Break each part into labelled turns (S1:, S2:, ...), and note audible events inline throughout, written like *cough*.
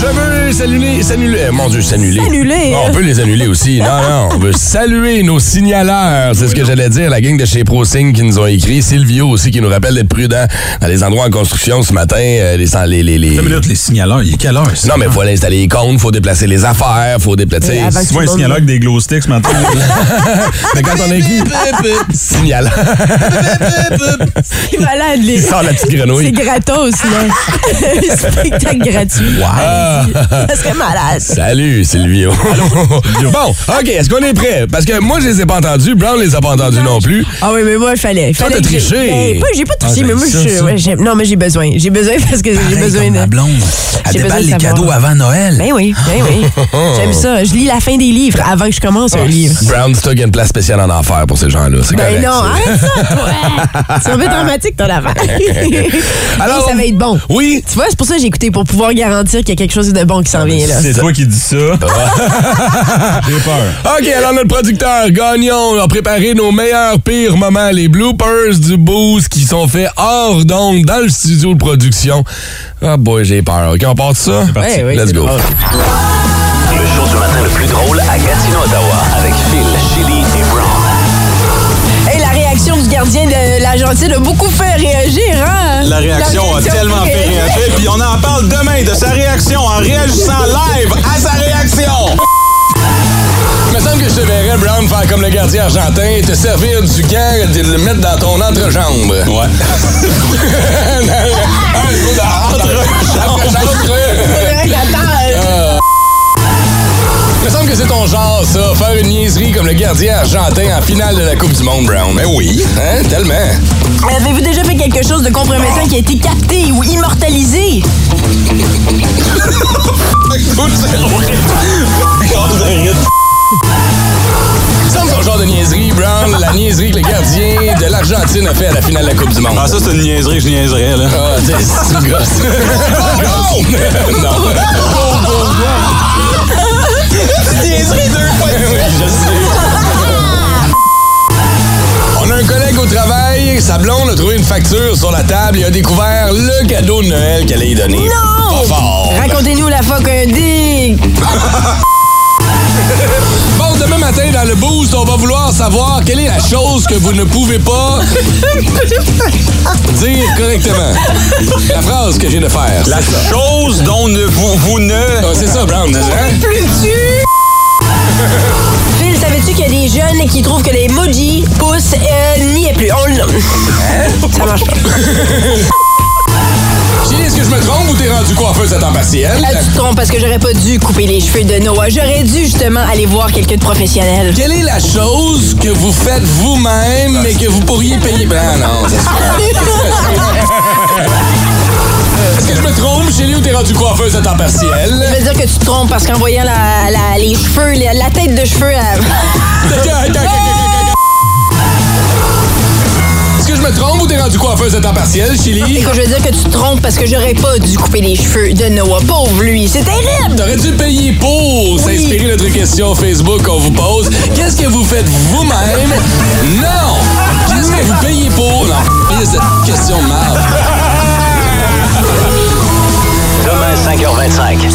S1: Je veux les saluer, saluer, mon Dieu, s'annuler.
S2: Annuler.
S1: Bon, on peut les annuler aussi. Non, non, on veut saluer nos signaleurs. C'est ce que j'allais dire, la gang de chez ProSigne qui nous ont écrit. Silvio aussi qui nous rappelle d'être prudent dans les endroits en construction ce matin. euh, les, sans- les, les, les-
S3: Deux minutes, les signaleurs, il est quelle heure? ça?
S1: Non, mais faut aller installer les cônes, faut déplacer les affaires, faut déplacer.
S2: Et avant
S3: Tu vois un signaleur avec des glow sticks
S4: *laughs*
S3: maintenant.
S1: Mais quand on a écrit signaleur,
S2: *laughs* Voilà, les...
S1: il sort la petite grenouille.
S2: C'est gratos, là. Spectacle gratuit.
S1: Ah!
S2: Ça serait malade.
S1: *laughs* Salut, Silvio. bon, OK, est-ce qu'on est prêt? Parce que moi, je les ai pas entendus. Brown les a pas entendus non plus.
S2: Ah oui, mais moi, il fallait.
S1: Toi,
S2: fallait
S1: t'as
S2: que j'ai-
S1: triché.
S2: Ben, pas- j'ai pas triché,
S1: Ah,
S2: mais moi,
S1: ben,
S2: je
S1: ça,
S2: suis.
S1: ça.
S2: ouais, j'ai- non, mais j'ai besoin. J'ai besoin parce que j'ai besoin
S3: Comme ma
S2: de.
S3: blonde. Elle
S2: J'ai besoin
S3: déballe
S2: de
S3: les
S2: savoir.
S3: cadeaux avant Noël.
S2: Ben oui, ben
S1: *laughs*
S2: oui. J'aime ça. Je lis la fin des livres avant que je commence un livre.
S1: Brown, Ah, c'est toi qui a une place spéciale en enfer pour ces gens-là. C'est
S2: Ben
S1: correct,
S2: non,
S1: ça.
S2: arrête ça,
S1: *laughs*
S2: toi! C'est un peu dramatique, ton affaire.
S1: Alors,
S2: Alors, ça va être bon.
S1: Oui.
S2: Tu vois, c'est pour ça que j'ai écouté, pour pouvoir garantir qu'il y a quelque chose de bon qui s'en vient, là.
S3: C'est toi qui dis
S1: *laughs*
S3: ça. J'ai peur.
S1: OK, alors notre producteur Gagnon a préparé nos meilleurs pires moments, les bloopers du boost qui sont faits hors d'onde dans le studio de production. Ah boy, j'ai peur. OK, on part de ça?
S2: parti.
S4: Eh
S2: Ouais, ouais,
S1: Let's
S2: Ben c'est
S1: go.
S2: parti.
S5: Le show du matin le plus drôle à Gatineau, Ottawa. Avec Phil, Shelly et Brown.
S2: Hey, la réaction du gardien de l'Argentine a beaucoup fait réagir, hein?
S4: La réaction a tellement fait réagir, puis on en parle demain de sa réaction en réagissant live à sa réaction.
S1: Il me semble que je te verrais, Brown, faire comme le gardien argentin, te servir du gant et de le mettre dans ton entrejambe. Ouais. Entrejambe. Il me semble que c'est ton genre, ça, faire une niaiserie comme le gardien argentin en finale de la Coupe du Monde, Brown. Ben oui. Hein, tellement.
S2: Mais Euh, avez-vous déjà fait quelque chose de compromettant qui a été capté ou immortalisé?
S1: Il me semble ton genre de niaiserie, Brown, la niaiserie que le gardien de l'Argentine a fait à la finale de la Coupe du Monde.
S4: Ah, ça, c'est une niaiserie que je niaiserais, là.
S1: Ah, t'es c'est une gosse. *laughs* Non! Non! *laughs* On a un collègue au travail, sa blonde a trouvé une facture sur la table et a découvert le cadeau de Noël qu'elle allait y donner.
S2: Non!
S1: Pas fort!
S2: Racontez-nous la fois qu'un dick!
S1: Bon, demain matin, dans le boost, on va vouloir savoir quelle est la chose que vous ne pouvez pas dire correctement. La phrase que j'ai de faire.
S4: La chose dont ne- vous, vous ne...
S1: Ah, c'est ça, Brown. hein?
S2: Phil, savais-tu qu'il y a des jeunes qui trouvent que les emojis poussent euh, n'y est plus? On le nomme.
S4: Hein?
S2: Ça marche pas.
S1: Chili, est-ce que je me trompe ou t'es rendu coiffeuse à temps partiel?
S2: Là, Ah, Euh, tu te trompes parce que j'aurais pas dû couper les cheveux de Noah. J'aurais dû justement aller voir quelqu'un de professionnel.
S1: Quelle est la chose que vous faites vous-même mais que vous pourriez payer? Ben non, ça se fait. Est-ce que je me trompe, Chili, ou t'es rendu coiffeuse à temps
S2: Je
S1: partiel?
S2: veux dire que tu te trompes parce qu'en voyant la, la- les cheveux, la, la tête de cheveux, euh, à...
S1: Est-ce que je me trompe ou t'es rendu coiffeuse à temps partiel, Chili?
S2: je veux dire que tu te trompes parce que j'aurais pas dû couper les cheveux de Noah. Pauvre lui, c'est terrible!
S1: T'aurais dû payer pour s'inspirer de notre question Facebook qu'on vous pose. Qu'est-ce que vous faites vous-même? Non! Qu'est-ce que vous payez pour? Non, cette question de merde.
S5: Demain, 5h25.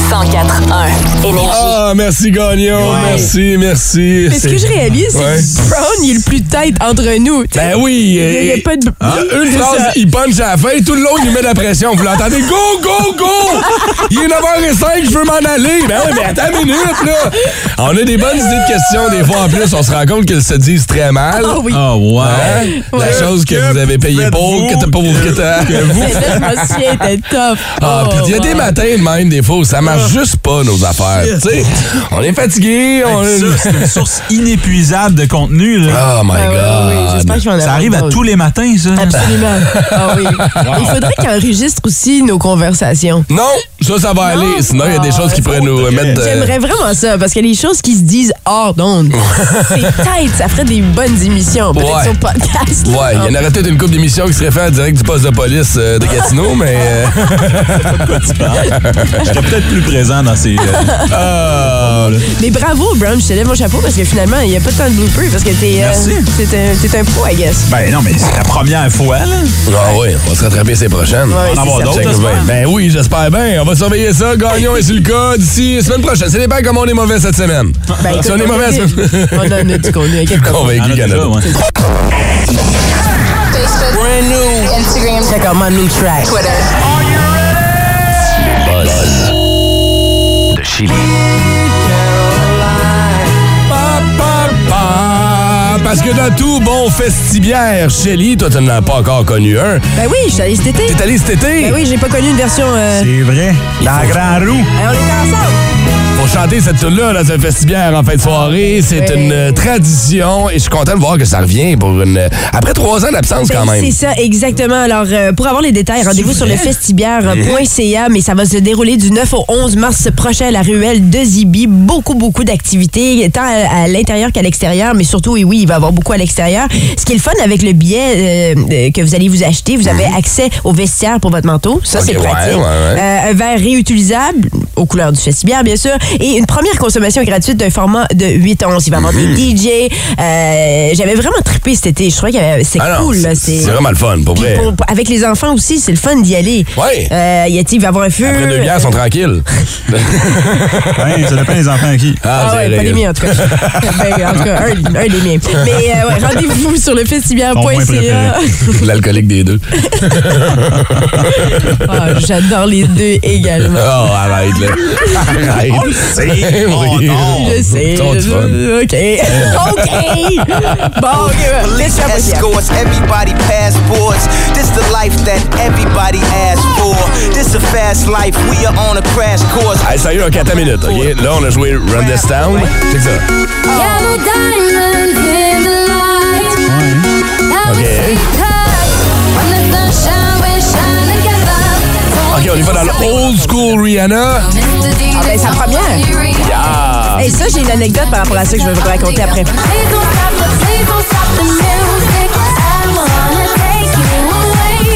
S6: 104.1 Énergie.
S1: Ah, merci Gagnon, merci, merci.
S2: Mais ce que je réalise, c'est
S1: Ouais.
S2: que Brown, il est le plus tête entre nous. tu sais.
S1: Ben oui,
S2: Il y a- il y a
S1: euh,
S2: pas de- Ah,
S1: Hein? une
S2: C'est
S1: phrase,
S2: ça.
S1: il punch à la fin, tout le long, il lui met de la pression. Vous l'entendez, go, go, go! Il est 9h05, je veux m'en aller. Ben oui, mais attends une minute, là. On a des bonnes idées de questions, des fois en plus, on se rend compte qu'elles se disent très mal.
S2: Ah oui.
S3: Oh, ouais.
S1: Hein? La chose que vous avez payé pour, que t'as pas vous. que t'as-
S2: Mais là, je me souviens, il était Oh, tough.
S1: Ah, puis il y a des
S2: ouais.
S1: matin de même des fois, ça marche juste pas nos affaires.
S3: Shit.
S1: Tu sais, on est fatigué, on
S4: Ça, c'est une source inépuisable de contenu. Là.
S1: Oh my
S2: Ah ouais, oui, oui,
S1: god.
S2: j'espère qu'il va en
S4: ça
S2: avoir
S4: arrive à
S2: d'autres.
S4: tous les matins, ça.
S2: Absolument. Ah
S1: *laughs*
S2: oui. Il faudrait qu'ils enregistrent aussi nos conversations.
S1: non, ça ça va aller, sinon il y a des
S2: Ah,
S1: choses qui pourraient nous mettre euh,
S2: J'aimerais vraiment ça, parce que les choses qui se disent hors d'onde, c'est peut-être, ça ferait des bonnes émissions. Peut-être
S1: Ouais.
S2: sur podcast.
S1: Ouais, il y en aurait peut-être une coupe d'émissions qui serait faite en direct du poste de police euh, de Gatineau, mais euh,
S4: J'étais peut-être plus présent dans ces. euh,
S2: Mais bravo, Brown, je te lève mon chapeau parce que finalement, il n'y a pas tant de bloopers parce que t'es euh,
S4: Merci.
S2: t'es un, t'es un pro, I guess.
S4: *laughs* ben non, mais c'est la première fois, là.
S1: Ah oui, on va se rattraper ces prochaines.
S2: Ouais,
S4: en avoir
S2: c'est
S4: d'autres,
S1: Check
S2: certain.
S4: là. j'espère.
S1: bien. Ben oui, j'espère bien. On va surveiller ça. Gagnon est sur le cas d'ici semaine prochaine. C'est dépend comment on est mauvais cette semaine.
S2: Ben, écoute,
S1: si on est mauvais,
S2: a-
S1: c'est-
S2: On a notre contenu, inquiète pas.
S1: convaincu qu'il y en a
S4: Ah, déjà,
S1: d'autres.
S4: ouais.
S6: Brand new. Oh. Instagram.
S2: Check out my new track.
S6: Twitter.
S5: de Chili.
S1: Pa, pa, pa. Parce que dans tout bon festibiaire, Shelly, toi, tu n'en as pas encore connu un.
S2: Ben oui, je suis allée cet été.
S1: T'es allé cet été?
S2: Ben oui, j'ai pas connu une version. euh,
S4: C'est vrai. La grande roue.
S2: Hey, on est ensemble.
S1: Pour chanter cette tune-là dans un festibiaire en fin de soirée, c'est
S2: Ouais.
S1: une euh, tradition et je suis content de voir que ça revient pour une. euh, Après trois ans d'absence, quand
S2: Ben,
S1: même.
S2: c'est ça, exactement. Alors, euh, pour avoir les détails, rendez-vous sur le festibiaire.ca, mais ça va se dérouler du 9 au 11 mars prochain à la ruelle de Zibi. Beaucoup, beaucoup d'activités, tant à, à l'intérieur qu'à l'extérieur, mais surtout, oui, oui, il va y avoir beaucoup à l'extérieur. Ce qui est le fun avec le billet euh, euh, que vous allez vous acheter, vous avez accès au vestiaire pour votre manteau. Ça,
S1: Mhm. Ok,
S2: c'est
S1: ouais,
S2: pratique.
S1: ouais, ouais.
S2: Euh, un verre réutilisable aux couleurs du festival, bien sûr, et une première consommation gratuite d'un format de 8 onces. Il va y avoir
S1: Mm-hmm.
S2: des DJ. Euh, J'avais vraiment trippé cet été. Je trouvais que c'était
S1: Ah non,
S2: cool. là,
S1: c'est- C'est vraiment le fun, pour
S2: Puis
S1: vrai.
S2: pour- pour- avec les enfants aussi, c'est le fun d'y aller.
S1: Ouais.
S2: Euh, y a, il va y avoir un feu.
S1: Après deux bières, ils sont tranquilles.
S4: Ben, ça dépend des enfants à qui.
S1: Ah,
S2: *laughs* Ah
S1: c'est
S2: ouais, pas les
S1: réglé.
S2: miens, en tout
S1: *laughs*
S2: cas. Ben, en tout cas, un, un des miens. Mais euh, ouais, rendez-vous sur le
S4: Mon
S2: festival.ca.
S4: point préféré.
S1: L'alcoolique des deux.
S2: Ah, J'adore les deux
S1: Oh,
S2: également.
S1: *laughs* arrête, là. Arrête. On *laughs*
S4: Oh, non.
S2: Je sais.
S1: Ton fun. *laughs*
S2: OK. OK. Bon, OK.
S7: Police
S2: Laisse la poussière.
S7: escorts, everybody passports. This the life that everybody asks for. This a fast life, we are on a crash course.
S1: Hey, sérieux, ok, attends une minute, ok? Là, on a joué Run This Town. Check ça.
S7: Oh.
S1: Ok, on y va dans le old school Rihanna.
S8: Ah
S2: ben, sa première.
S1: Ah!
S2: Hey, ça, j'ai une anecdote par rapport à ça que je vais vous raconter après.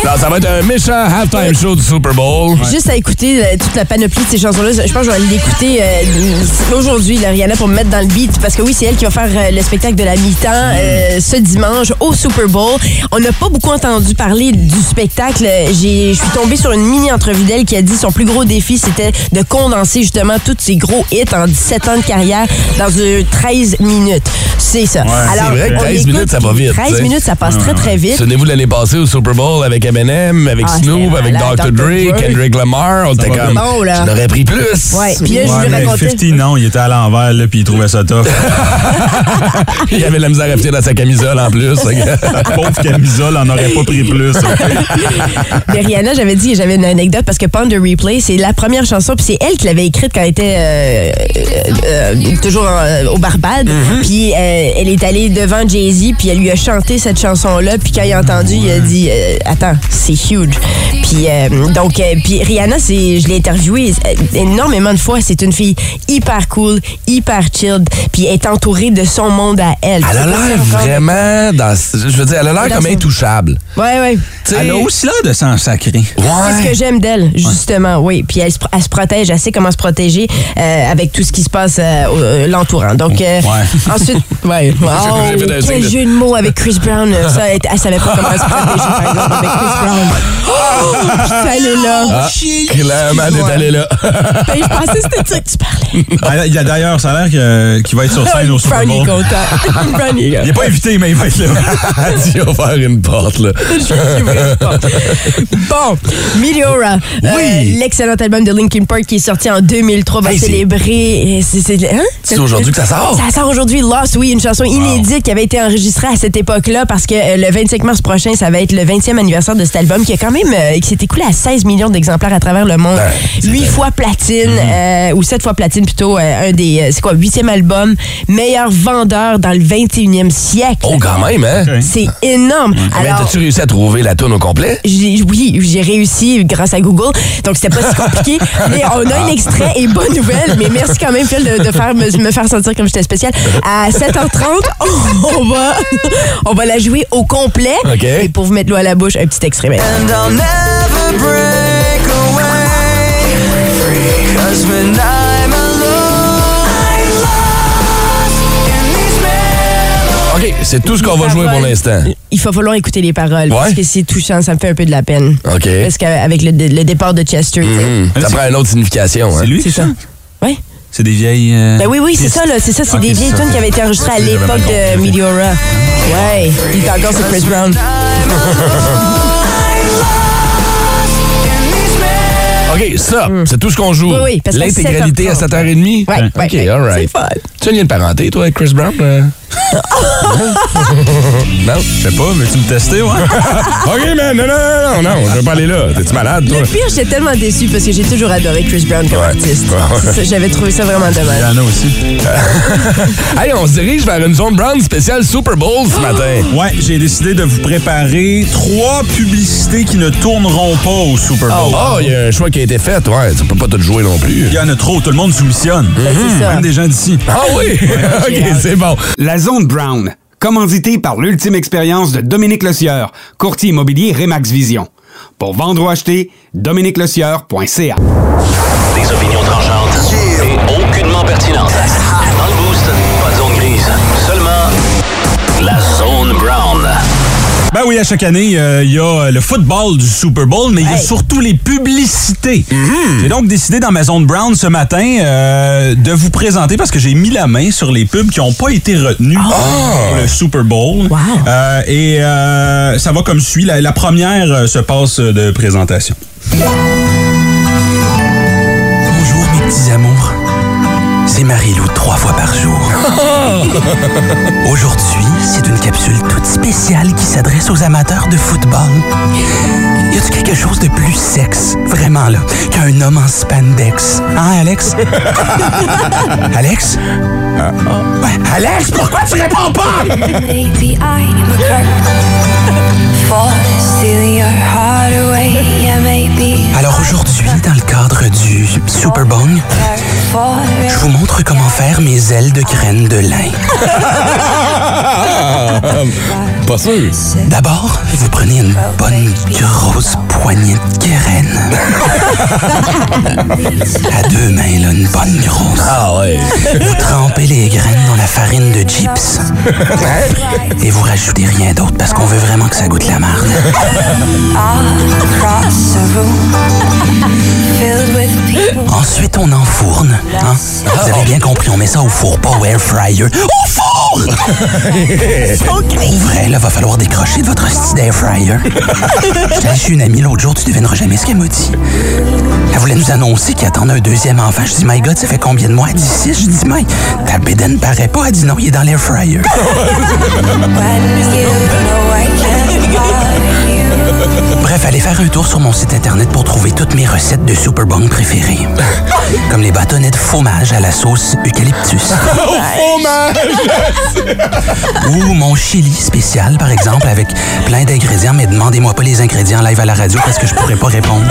S1: Non, ça va être un méchant halftime show du Super Bowl.
S2: Juste à écouter euh, toute la panoplie de ces chansons-là, je pense que je vais aller l'écouter euh, aujourd'hui, là, Rihanna, pour me mettre dans le beat. Parce que oui, c'est elle qui va faire euh, le spectacle de la mi-temps
S1: Mm.
S2: euh, ce dimanche au Super Bowl. On n'a pas beaucoup entendu parler du spectacle. J'ai- Je suis tombée sur une mini-entrevue d'elle qui a dit son plus gros défi, c'était de condenser justement tous ses gros hits en 17 ans de carrière dans euh, 13 minutes. C'est ça. Alors,
S1: c'est vrai que
S2: on
S1: 13
S2: écoute,
S1: minutes, ça va vite,
S2: 13
S1: tu sais. Ah,
S2: minutes, ça passe très, très vite.
S1: Souvenez-vous de l'année passée au Super Bowl avec Eminem, avec
S2: Ah,
S1: Snoop,
S2: c'était
S1: avec
S2: malade,
S1: Dr.
S2: Dr. Dre.
S1: Dre, Kendrick Lamar. On était
S4: va
S1: comme.
S2: bon, là.
S1: J'en aurais pris plus.
S2: Ouais, puis là, je
S4: Ouais,
S2: lui
S4: mais
S2: racontais.
S4: 50, non, il était à l'envers, là, puis il trouvait ça *laughs* tough.
S1: *laughs* Il avait la misère à filer dans sa camisole en
S2: *laughs*
S1: plus.
S4: La pauvre camisole en aurait pas pris plus.
S2: Mais Rihanna, j'avais dit, j'avais une anecdote parce que Pound the Replay, c'est la première chanson, puis c'est elle qui l'avait écrite quand elle était euh, euh, euh, toujours euh, au Barbade. Puis euh, elle est allée devant Jay-Z, puis elle lui a chanté cette chanson-là. Puis quand il a entendu, il a dit euh, Attends, c'est huge. Puis euh, donc, euh, puis Rihanna, c'est, je l'ai interviewée euh, énormément de fois. C'est une fille hyper cool, hyper chilled, puis elle est entourée de son monde à elle.
S4: Ah
S1: Elle a l'air vraiment dans. Ah, Je veux dire, elle a l'air
S2: Dans
S1: comme
S2: son-
S1: intouchable.
S2: Ouais, ouais.
S1: Tu sais,
S4: Elle a aussi l'air de sang sacré.
S2: C'est ce
S3: *laughs*
S1: Ouais.
S2: que j'aime d'elle, justement, oui. Puis elle, se pr- elle se protège, elle sait comment se protéger euh, avec tout ce qui se passe euh, au- euh, l'entourant. Donc, euh,
S4: Ouais.
S2: *laughs*
S1: *laughs*
S2: ensuite, ouais. Wow,
S1: J'ai fait un signe
S2: quel
S1: de-
S2: jeu de mots avec Chris Brown. euh, Ça, elle, elle savait pas comment se protéger, par exemple, avec Chris
S1: *laughs*
S2: Brown. Oh, putain, elle est là.
S1: Ah. Clairement, elle est allée là. *laughs*
S2: Ben, je pensais que c'était de ça que tu parlais.
S3: Ben,
S4: Elle a- Il y a d'ailleurs, ça a l'air que- qu'il va être sur
S2: *laughs*
S4: scène au Super
S2: Brown est
S4: Bowl.
S2: content. *laughs* Brown est là.
S4: Il est pas invité, mais il va
S1: *laughs*
S4: être là.
S1: Elle dit, on va faire une porte, là.
S2: Je suis curieuse. Bon, Meteora, euh, l'excellent album de Linkin Park qui est sorti en 2003 va
S1: Hey, c'est-
S2: célébrer. c'est- c'est- hein?
S1: C'est aujourd'hui que ça sort?
S2: Ça sort aujourd'hui, Lost, oui, une chanson inédite qui avait été enregistrée à cette époque-là parce que euh, le 25 mars prochain, ça va être le 20e anniversaire de cet album qui a quand même euh, qui s'est écoulé à 16 millions d'exemplaires à travers le monde. Huit fois platine,
S1: Mm-hmm.
S2: euh, ou sept fois platine plutôt, euh, un des, euh, c'est quoi, huitième album, meilleur vendeur dans le 21e siècle.
S1: Oh, quand même, hein?
S2: C'est énorme.
S1: Mais
S2: Alors,
S1: t'as-tu réussi à trouver la toune au complet?
S2: j'ai- oui, j'ai réussi grâce à Google, donc c'était pas si compliqué.
S1: *laughs*
S2: mais on a un extrait et bonne nouvelle, mais merci quand même, Phil, de, de faire me, me faire sentir comme j'étais spécial. À 7h30, *laughs* on va, on va la jouer au complet.
S1: OK.
S2: Et pour vous mettre l'eau à la bouche, un petit extrait. maintenant.
S7: And I'll never break away. Cause when I'm alone, I'm lost in these memories.
S1: OK, c'est tout ce qu'on va
S2: Les
S1: jouer pour
S2: paroles.
S1: l'instant.
S2: Il va falloir écouter les paroles parce
S1: Ouais.
S2: que c'est touchant, ça me fait un peu de la peine.
S1: OK.
S2: Parce qu'avec le, le départ de Chester, tu sais.
S1: Hum, ça prend une autre signification. Hein?
S3: lui,
S2: c'est ça. Ouais.
S3: C'est des vieilles. euh,
S2: Ben oui, oui, c'est
S3: pistes.
S2: ça, là. C'est ça, c'est
S3: Ok,
S2: des
S3: c'est
S2: vieilles
S3: ça.
S2: tunes qui avaient été enregistrées à
S3: Ok, j'avais
S2: l'époque
S3: pas
S2: de
S3: compris.
S2: Meteora. Ouais. Il est encore sur Chris Brown.
S1: OK, ça, c'est tout ce qu'on joue.
S2: Mm. Oui, oui, parce que c'est
S1: L'intégralité à
S2: 7h30.
S1: 7h30?
S2: Ouais, ouais,
S1: OK,
S2: ouais.
S1: all
S2: C'est
S1: right.
S2: fun.
S1: Tu as une parenté, toi, avec Chris Brown?
S2: *laughs*
S1: euh? non?
S3: Je sais pas, mais tu me tester,
S2: *laughs*
S3: ouais?
S1: OK, man, non, non, non, non, non, je veux pas aller là. T'es-tu malade, toi?
S2: Le pire, j'étais tellement déçue parce que j'ai toujours adoré Chris Brown comme
S1: Ouais.
S2: artiste.
S1: Ouais.
S2: C'est ça, J'avais trouvé ça vraiment dommage.
S3: en a aussi.
S1: Hey, on se dirige vers une zone Brown spéciale Super Bowl ce matin.
S3: Ouais, j'ai décidé de vous préparer trois publicités qui ne tourneront pas au Super Bowl.
S1: Oh, il y a un choix qui a été fait, ouais. Tu peux pas tout jouer non plus.
S3: Il y en a trop, tout le monde soumissionne.
S2: Ben, c'est ça.
S3: Même des gens d'ici.
S1: Ah oui? *laughs* OK, c'est bon.
S8: La Zone Brown, commandité par l'ultime expérience de Dominique Lecieur, courtier immobilier Remax Vision. Pour vendre ou acheter, dominiquelecieur.ca.
S5: Des opinions tranchantes et aucunement pertinentes. Dans le boost, pas de zone grise, seulement la zone brown.
S3: Ben oui, à chaque année, euh, il y a euh, le football du Super Bowl, mais il y a surtout les publicités. J'ai donc décidé dans ma zone Brown ce matin euh, de vous présenter, parce que j'ai mis la main sur les pubs qui n'ont pas été retenues pour le Super Bowl.
S2: Wow.
S3: Euh, et euh, ça va comme suit. La, la première euh, se passe euh, de présentation. Bonjour mes petits amours. C'est Marie-Lou trois fois par jour. Aujourd'hui, c'est une capsule toute spéciale qui s'adresse aux amateurs de football. Y a-tu quelque chose de plus sexe, vraiment là, qu'un homme en spandex? Hein, Alex? *laughs* Alex?
S1: Hein?
S3: Ouais, Alex, pourquoi tu réponds pas?
S9: Maybe I'm a *laughs* curse for stealing your heart away. Yeah, maybe
S3: Alors aujourd'hui, dans le cadre du Super Bowl,
S9: for
S3: je vous montre comment faire mes ailes de graines de lin.
S1: *laughs* Pas sûr.
S3: D'abord, vous prenez une bonne grosse poignée de graines. À deux mains, là, une bonne grosse.
S1: Ah ouais.
S3: Vous trempez les graines dans la farine de chips. Et vous rajoutez rien d'autre parce qu'on veut vraiment que ça goûte la marde.
S9: across the room filled with people.
S3: Ensuite, on enfourne. Hein?
S1: Ah.
S3: Vous avez bien compris, on met ça au four, pas au air fryer. Au
S1: *laughs*
S3: four! Pour vrai, là, va falloir décrocher de votre style d'air fryer.
S1: *laughs*
S3: J'étais chez une amie l'autre jour, tu devineras jamais ce qu'elle m'a dit. Elle voulait nous annoncer qu'elle attendait un deuxième enfant. Je dis, my God, ça fait combien de mois? Elle dit, six. Je dis, mais ta bédaine paraît pas. Elle dit, non, il est dans l'air
S1: *laughs*
S3: fryer.
S9: When you know I can't love you.
S3: Bref, allez faire un tour sur mon site internet pour trouver toutes mes recettes de Super Bowl préférées. Comme les bâtonnets de fromage à la sauce eucalyptus. Ou mon chili spécial, par exemple, avec plein d'ingrédients, mais demandez-moi pas les ingrédients live à la radio parce que je pourrais pas répondre.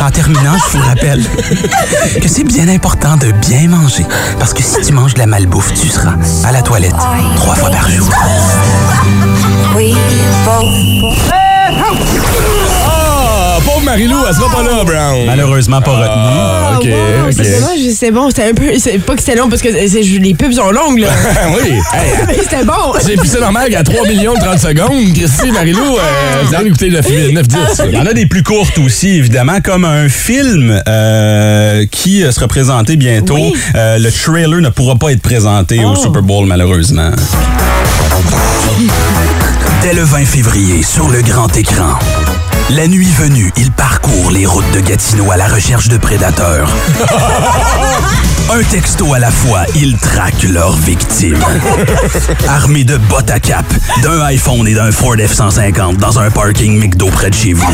S3: En terminant, je vous rappelle que c'est bien important de bien manger parce que si tu manges de la malbouffe, tu seras à la toilette trois fois par jour.
S9: *laughs* We both
S1: Ah, pauvre Marilou, elle sera pas là, Brown.
S3: Malheureusement pas
S1: Ah, OK,
S2: Wow,
S1: OK.
S2: c'est dommage, c'est bon, c'était un peu. C'est pas que c'était long parce que euh, c'est- les pubs sont longues, là.
S1: Ah oui. *laughs* Hey,
S2: *laughs* Mais c'était bon.
S1: *laughs* c'est puis c'est normal qu'à 3 millions de 30 secondes, Christy, Marilou, euh, vous allez écouter le film 9-10.
S3: Il y en a des plus courtes aussi, évidemment, comme un film euh, qui euh, sera présenté bientôt. Euh, le trailer ne pourra pas être présenté
S1: Oh.
S3: au Super Bowl, malheureusement. Dès le 20 février, sur le grand écran. La nuit
S1: *laughs*
S3: venue, il parcourt les routes de Gatineau à la recherche de prédateurs. Un texto à la fois, ils traquent leurs victimes. Armés de bottes à cap, d'un iPhone et d'un Ford F-150 dans un parking McDo près de chez
S1: *laughs*
S3: vous.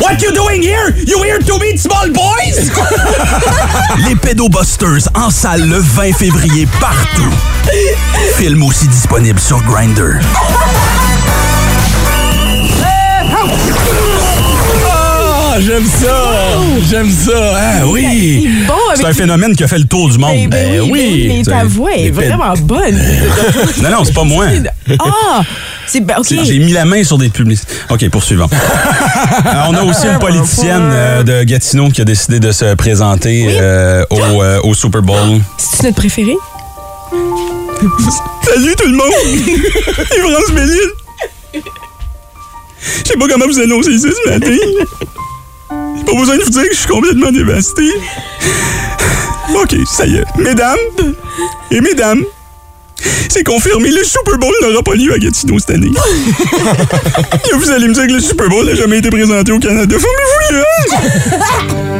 S10: What you doing here? You here to meet small boys?
S3: *laughs* Les Pédobusters en salle le 20 février partout. Film aussi disponible sur Grindr.
S1: Ah, j'aime ça! J'aime ça! Ah oui!
S2: bon avec
S1: C'est un
S2: les-
S1: phénomène qui a fait le tour du
S2: Ben,
S1: monde.
S2: ben oui, ben oui, mais
S1: tu sais.
S2: ta voix est
S1: Les pét-
S2: vraiment bonne.
S1: *laughs* Non, non, c'est pas moi.
S2: Ah! C'est ben, OK.
S1: C'est- J'ai mis la main sur des publicités. OK, poursuivons. Euh, on a aussi une politicienne euh, de Gatineau qui a décidé de se présenter euh, au, euh, au Super Bowl.
S2: C'est notre préféré?
S10: Salut tout le monde! C'est France Bellil! Je sais pas comment vous annoncez ça ce matin. J'ai pas besoin de vous dire que je suis complètement dévasté. Ok, ça y est. Mesdames et mesdames, c'est confirmé, le Super Bowl n'aura pas lieu à Gatineau cette année. Et vous allez me dire que le Super Bowl n'a jamais été présenté au Canada. Formez-vous, là!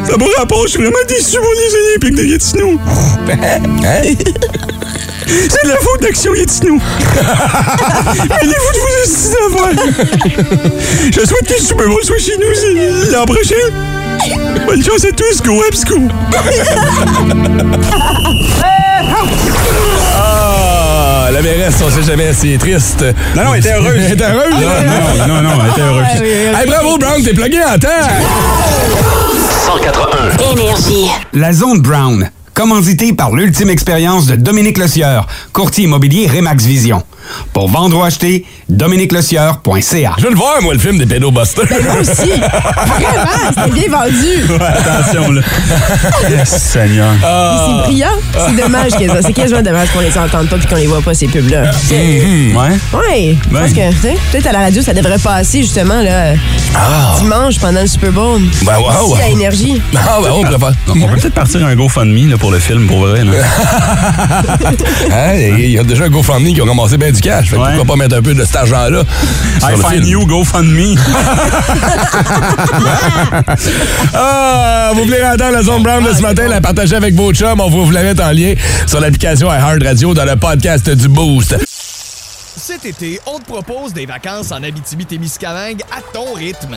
S10: Ça n'a pas rapport, je suis vraiment déçu pour les Olympiques de Gatineau.
S1: Oh, ben, hein?
S10: *laughs* C'est de la faute d'Action Gatineau. Allez-vous de vous assister Je souhaite que le Super Bowl soit chez nous l'an prochain. Bonne chance à tous, go Absco!
S1: Ah, la mairesse, on sait jamais si est triste. Non, non, elle était heureuse. elle était heureuse?
S10: Ah,
S1: Non, non, non, non, elle était heureuse. Hey, bravo, Brown, t'es plugué en temps!
S4: 181.
S6: Énergie.
S8: La Zone Brown, commanditée par l'ultime expérience de Dominique Lecieur, courtier immobilier Remax Vision. Pour vendre ou acheter, dominiquelecieur.ca.
S1: Je veux le voir, moi, le film des pédobusters.
S2: Moi
S1: *laughs*
S2: aussi. Vraiment, c'était bien vendu.
S1: Attention, là. Seigneur.
S10: Ah.
S1: Ah.
S2: C'est brillant. C'est dommage que ça. C'est quasiment dommage qu'on les entende pas puis qu'on les voit pas, ces pubs-là.
S1: ouais.
S2: Oui, je pense
S1: Ben.
S2: que tu sais, peut-être à la radio, ça devrait passer justement là, dimanche pendant le Super Bowl.
S1: Ben, Ah. wow.
S2: Ici, à Énergie.
S1: Ah, ben, on pourrait pas. On peut peut-être partir un GoFundMe là, pour le film, pour vrai. là. Hein, Il y a déjà un GoFundMe qui a ramassé bien du cash. Fait que Pourquoi pas mettre un peu de cet argent-là sur
S4: I
S1: le
S4: find
S1: film?
S4: you,
S1: go fund me. Ah, vous voulez entendre la zone brown de ce matin, la partager avec vos chums. On va vous la mettre en lien sur l'application iHeart Radio dans le podcast du Boost.
S11: Cet été, on te propose des vacances en Abitibi-Témiscamingue à ton rythme.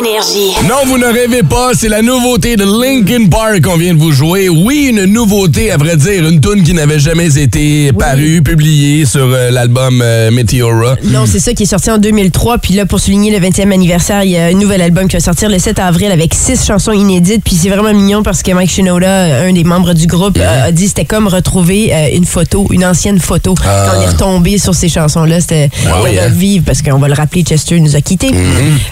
S6: Énergie.
S1: Non, vous ne rêvez pas, c'est la nouveauté de Linkin Park qu'on vient de vous jouer. Oui, une nouveauté, à vrai dire, une tune qui n'avait jamais été parue, publiée sur euh, l'album euh, Meteora.
S2: Non, c'est ça qui est sorti en 2003. Puis là, pour souligner le 20e anniversaire, il y a un nouvel album qui va sortir le 7 avril avec six chansons inédites. Puis c'est vraiment mignon parce que Mike Shinoda, euh, un des membres du groupe, a a dit c'était comme retrouver euh, une photo, une ancienne photo.
S1: Ah.
S2: Quand on est retombé sur ces chansons-là, c'était
S1: Ah
S2: on
S1: oui,
S2: va
S1: hein? Mm-hmm.
S2: vivre parce qu'on va le rappeler, Chester nous a quittés.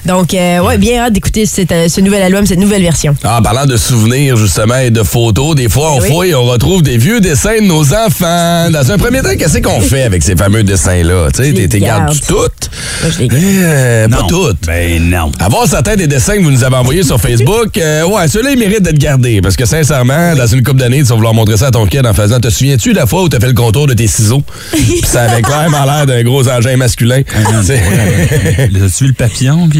S2: Donc, euh, ouais, bien hâte d'écouter cet, euh, ce nouvel album, cette nouvelle version.
S1: Ah, en parlant de souvenirs, justement, et de photos, des fois, on
S2: Eh Oui.
S1: fouille, on retrouve des vieux dessins de nos enfants. Dans un premier temps, qu'est-ce qu'on fait avec ces fameux dessins-là? Tu sais,
S2: les
S1: t'es- t'es gardes
S2: garde.
S1: toutes?
S2: Moi, je les
S1: Euh, pas toutes. Ben non. Avoir certains des dessins que vous nous avez envoyés sur Facebook, euh, ouais, ceux-là, ils méritent d'être gardés. Parce que sincèrement, dans une couple d'années, tu vas vouloir montrer ça à ton kid en faisant Te souviens-tu la fois où t'as fait le contour de
S2: *laughs*
S1: tes ciseaux? Puis ça avait clairement l'air d'un gros engin masculin. *laughs* As-tu vu le papillon? *laughs*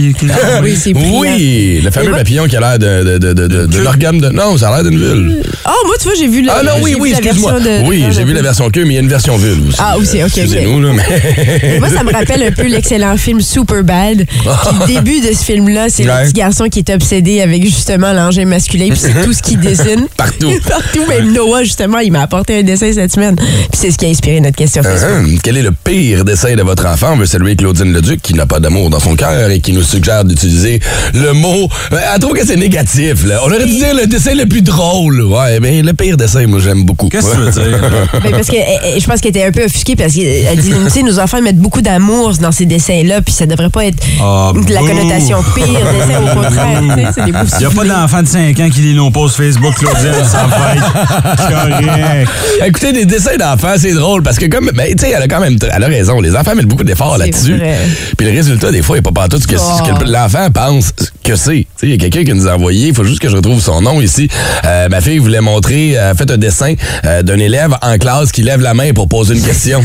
S2: Ah Oui, c'est brillant.
S1: Oui, le fameux papillon qui a l'air de, de, de, de, de- de l'organe de. Non, ça a l'air d'une vulve.
S2: Oh, moi, tu vois, j'ai vu la,
S1: Ah non, oui,
S2: j'ai
S1: oui,
S2: vu la
S1: excuse-moi.
S2: version de-
S1: Oui,
S2: Ah,
S1: j'ai vu la version queue, mais il y a une version vulve aussi. euh,
S2: Ah, aussi, ok, ok.
S1: Excusez-nous, là, mais. *laughs*
S2: Mais Moi, ça me rappelle un peu l'excellent film Superbad. Puis le début de ce film-là, c'est
S1: Ouais.
S2: le petit garçon qui est obsédé avec justement l'engin masculin, puis c'est tout ce qu'il dessine.
S1: *laughs* Partout.
S2: *laughs* Partout, même Noah, justement, il m'a apporté un dessin cette semaine. Puis c'est ce qui a inspiré notre question Facebook.
S1: Hum, Quel est le pire dessin de votre enfant? On veut saluer Claudine Leduc qui n'a pas d'amour dans son cœur et qui nous suggère d'utiliser utiliser le mot. Euh, Elle trouve que c'est négatif, là. On aurait dû dire le dessin le plus drôle. Ouais, mais le pire dessin, moi, j'aime beaucoup. Qu'est-ce
S4: que tu veux dire?
S2: Ben, parce que euh, euh, je pense qu'elle était un peu offusquée parce qu'elle dit, tu sais, nos enfants ils mettent beaucoup d'amour dans ces dessins-là, puis ça devrait pas être
S4: Ah,
S2: de la
S4: bouh.
S2: connotation pire, dessin au contraire. tu sais, c'est des beaux
S4: Il n'y a pas d'enfant de 5 ans qui lit nos posts Facebook, Claudine,
S1: *laughs*
S4: sans fête. C'est correct.
S1: Écoutez, des dessins d'enfants, c'est drôle parce que comme ben, tu sais, elle a quand même elle a raison, les enfants mettent beaucoup d'efforts là-dessus.
S2: vrai.
S1: Puis le résultat des fois, il n'est pas partout ce que, ce que l'enfant pense que c'est. Tu sais, Il y a quelqu'un qui nous a envoyé, il faut juste que je retrouve son nom ici. Euh, ma fille voulait montrer, euh, fait un dessin euh, d'un élève en classe qui lève la main pour poser une question.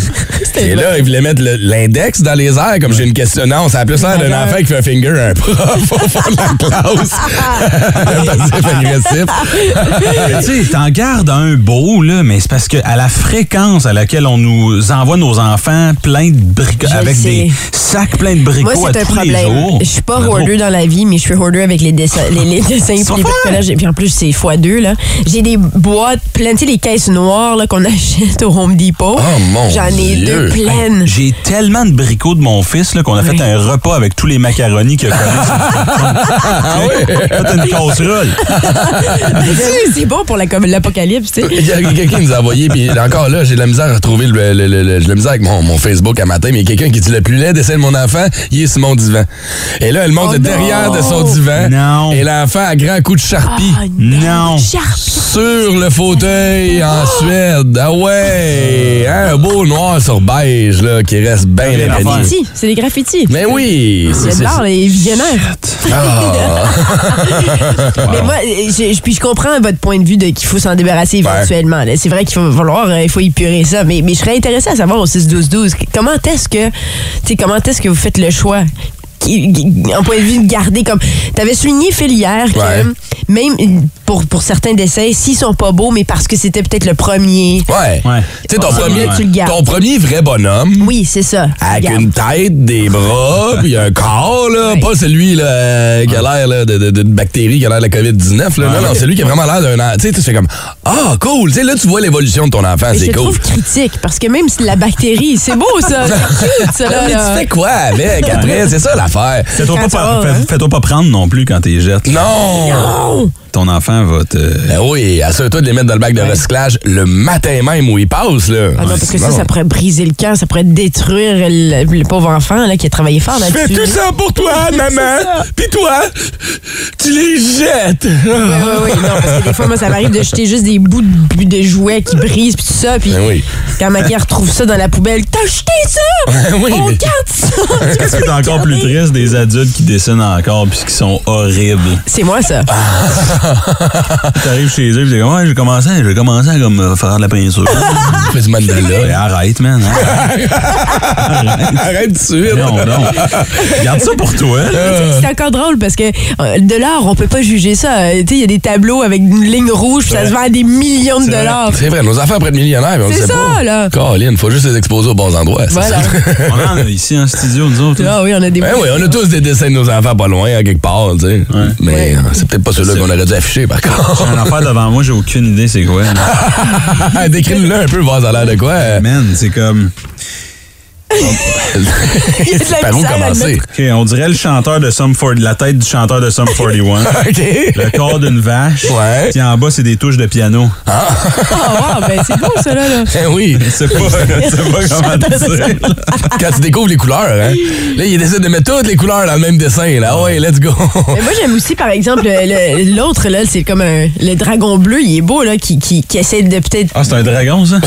S1: Et là, il voulait mettre le- l'index dans les airs comme j'ai une question. Non, ça a plus l'air d'un enfant qui fait un finger à un prof *laughs* au fond de la classe. *laughs* Passif agressif.
S4: Mais tu sais, t'en gardes un beau, là, mais c'est parce que à la fréquence à laquelle on nous envoie nos enfants plein de bricots,
S2: le
S4: avec
S2: sais.
S4: des sacs pleins de bricots
S2: Moi,
S4: à
S2: c'est un
S4: tous les jours.
S2: problème. Je suis pas hoarder dans la vie, mais je suis hoarder avec les dessins, les, les dessins puis les bricolages. Et Puis en plus, c'est x2, là. J'ai des boîtes pleines, tu sais, les caisses noires là, qu'on *laughs* achète au Home Depot.
S4: Oh, mon
S2: J'en ai deux pleines.
S4: Hey, J'ai tellement de bricots de mon fils là, qu'on a fait un repas avec tous les macaronis qu'il a *laughs* connus. Tu sais, Fait une *laughs* casserole.
S2: *laughs* c'est bon pour la- comme l'apocalypse, tu
S4: Euh,
S1: Il y a
S2: sais.
S1: quelqu'un qui nous a envoyé, puis encore là, j'ai de la misère à retrouver le. le- le- le- j'ai de la misère avec mon, mon Facebook à matin, mais il y a quelqu'un qui dit le plus laid dessin de mon enfant, il est sur mon divan. Et là, elle monte de derrière de son divan. Et l'enfant à grand coup de charpie.
S2: Ah.
S4: non.
S1: Sur le fauteuil en Suède. Ah ouais! Hein, un beau noir sur beige, là, qui reste bien
S2: C'est des
S1: imprégné.
S2: graffitis, c'est des graffitis.
S1: Mais oui!
S2: Il y a de l'art, les visionnaires. *laughs*
S1: Ah.
S2: Mais
S1: Wow.
S2: moi, je, je- puis je comprends votre point de vue de qu'il faut s'en débarrasser éventuellement. là. C'est vrai qu'il faut vouloir, euh, il faut épurer ça. Mais, mais je serais intéressée à savoir au 6-12-12, que- comment est-ce que, tu sais, comment est-ce que vous faites le choix? Qui- qui- En point de vue de garder comme. T'avais souligné, Phil, hier, que
S1: Ouais.
S2: même euh, pour, pour certains dessins, s'ils sont pas beaux, mais parce que c'était peut-être le premier.
S1: Ouais. Tu sais, ton,
S2: Celui-là,
S1: premier,
S2: tu le gardes.
S1: ton premier vrai bonhomme.
S2: Oui, c'est ça.
S1: Ah, Avec une tête, des bras, puis un corps, là. Pas celui là, euh, qui a l'air là, de, de, de bactérie, qui a l'air de la COVID-COVID-19. là. Non, non, celui qui a vraiment l'air d'un... an- Tu sais, tu fais comme... Ah, cool! Tu sais, là, tu vois l'évolution de ton enfant,
S2: Mais je
S1: c'est
S2: le
S1: cool.
S2: trouve critique, parce que même si la bactérie, c'est beau ça, c'est cute ça.
S1: Non, mais
S2: là.
S1: tu fais quoi
S2: *laughs*
S1: avec après? C'est ça l'affaire.
S4: Fais-toi pas, par- fais- fais-toi pas prendre non plus quand t'es jettes.
S1: Non!
S4: Ton enfant va te...
S1: Ben oui, assure-toi de les mettre dans le bac de recyclage le matin même où ils passent, là.
S2: Ah non, parce que ça, ça pourrait briser le cœur, ça pourrait détruire le, le pauvre enfant là, qui a travaillé fort
S1: Je
S2: là-dessus.
S1: fais tout ça pour
S2: *laughs*
S1: toi, maman. Puis toi, tu les jettes. Oui,
S2: oui, oui. Non, parce que des fois, moi, ça m'arrive de jeter juste des bouts de, de jouets qui brisent, puis tout ça. Puis
S1: Ben oui.
S2: quand ma mère retrouve ça dans la poubelle, t'as jeté ça!
S1: Ben oui,
S2: On
S1: mais-
S2: garde ça!
S1: *laughs*
S4: Qu'est-ce qui est encore plus triste des adultes qui dessinent encore puis qui sont horribles?
S2: C'est moi, ça.
S1: Ah.
S4: T'arrives chez eux et t'es comme, ouais, j'ai commencé, j'ai commencé à comme, euh, faire de la peinture.
S1: *laughs* Fais du mandala.
S4: Mais arrête, man. *laughs* hein.
S1: *laughs* Arrête tout de suite.
S4: Non, non. Garde ça pour toi. *laughs*
S2: C'est- C'est encore drôle parce que euh, de l'art, on peut pas juger ça. Euh, Tu sais, il y a des tableaux avec une ligne rouge, puis ça se vend à des millions de dollars.
S1: C'est vrai, nos affaires près de millionnaires, mais on le
S2: Ah, C'est
S1: sait
S2: ça,
S1: pas.
S2: là.
S1: Caroline, faut juste les exposer aux bons endroits. c'est *laughs*
S2: Voilà.
S1: ça.
S4: On en a ici en studio, nous autres.
S2: Ah oui, on a des.
S1: Ben
S2: *laughs*
S1: oui, on a tous des dessins de nos enfants pas loin, à quelque part, tu sais. Mais euh, c'est peut-être pas ceux-là qu'on aurait dû afficher, par
S4: *laughs* J'ai
S1: contre. *laughs*
S4: un affaire devant moi, j'ai aucune idée c'est quoi.
S1: Décris-le un peu, voir ça a l'air de quoi.
S4: Man, c'est comme.
S2: Il y a de la
S1: Par où
S2: misère à
S1: commencer?
S4: OK, on dirait le chanteur de Sum 40, la tête du chanteur de Sum *laughs*
S1: *laughs*
S4: 41.
S1: OK. Eh
S4: Le corps d'une vache.
S1: Ouais.
S4: Puis en bas, c'est des touches de piano.
S2: Ah, wow, ben c'est bon, ça, là. là.
S1: Ben oui.
S4: C'est pas, je sais pas *laughs* comment dire.
S1: Quand tu découvres les couleurs, hein. Là, il essaie de mettre toutes les couleurs dans le même dessin, là. Ah Ouais, let's go.
S2: Mais moi, j'aime aussi, par exemple, le- le- l'autre, là, c'est comme un, le dragon bleu, il est beau, là, qui, qui, qui essaie de peut-être.
S4: Ah, c'est un dragon, ça?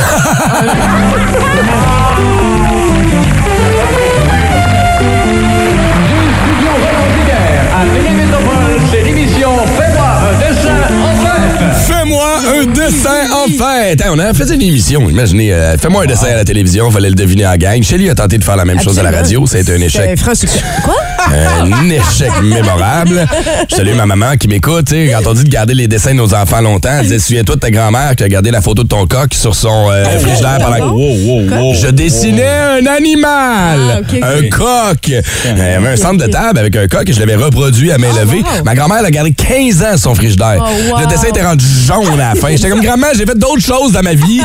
S1: Fais-moi un dessin en fête! Hein, on a fait une émission, imaginez. euh, Fais-moi un dessin à la télévision, fallait le deviner en gang. Shelley a tenté de faire la même chose à la radio, ça a été un
S2: C'est un
S1: échec.
S2: franc succès. Quoi?
S1: un échec mémorable. Je salue ma maman qui m'écoute. tu sais, Quand on dit de garder les dessins de nos enfants longtemps, elle disait Souviens-toi de ta grand-mère qui a gardé la photo de ton coq sur son
S2: Ah,
S1: euh, frigidaire pendant.
S4: Wow, wow, wow.
S1: Je dessinais un animal,
S2: Ah, ok, ok.
S1: un coq. Il y avait un centre de table avec un coq et je l'avais reproduit à main levée. Ma grand-mère l'a gardé 15 ans son frigidaire.
S2: Ah, Oh, wow.
S1: Le dessin était rendu jaune à la fin. J'étais comme grand-mère, j'ai fait d'autres choses chose dans ma vie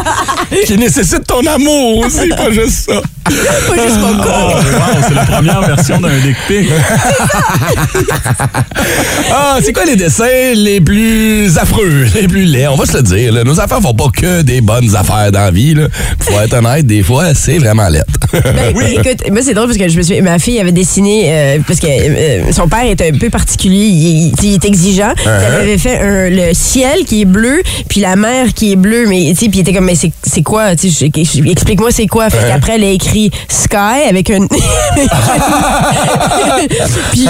S1: qui nécessite ton amour aussi, pas juste ça. Ah,
S2: Pas juste mon corps.
S1: c'est la première version d'un dick pic. ah, c'est quoi les dessins les plus affreux, les plus laids? On va se le dire. là. Nos affaires font pas que des bonnes affaires dans la vie. Là. Faut être honnête, des fois, c'est vraiment laid.
S2: Ben, *laughs* Écoute, moi, c'est drôle parce que je me suis, ma fille avait dessiné, euh, parce que euh, son père est un peu particulier, il, est- il est exigeant.
S1: Uh-huh.
S2: Elle avait fait un- le ciel qui est bleu, puis la mer qui est bleue, mais tu sais, puis il était comme, mais c'est c'est quoi? Tu sais, je- je- Explique-moi c'est quoi. Fait
S1: Uh-huh.
S2: qu'après, elle a écrit Sky avec un. *laughs* puis,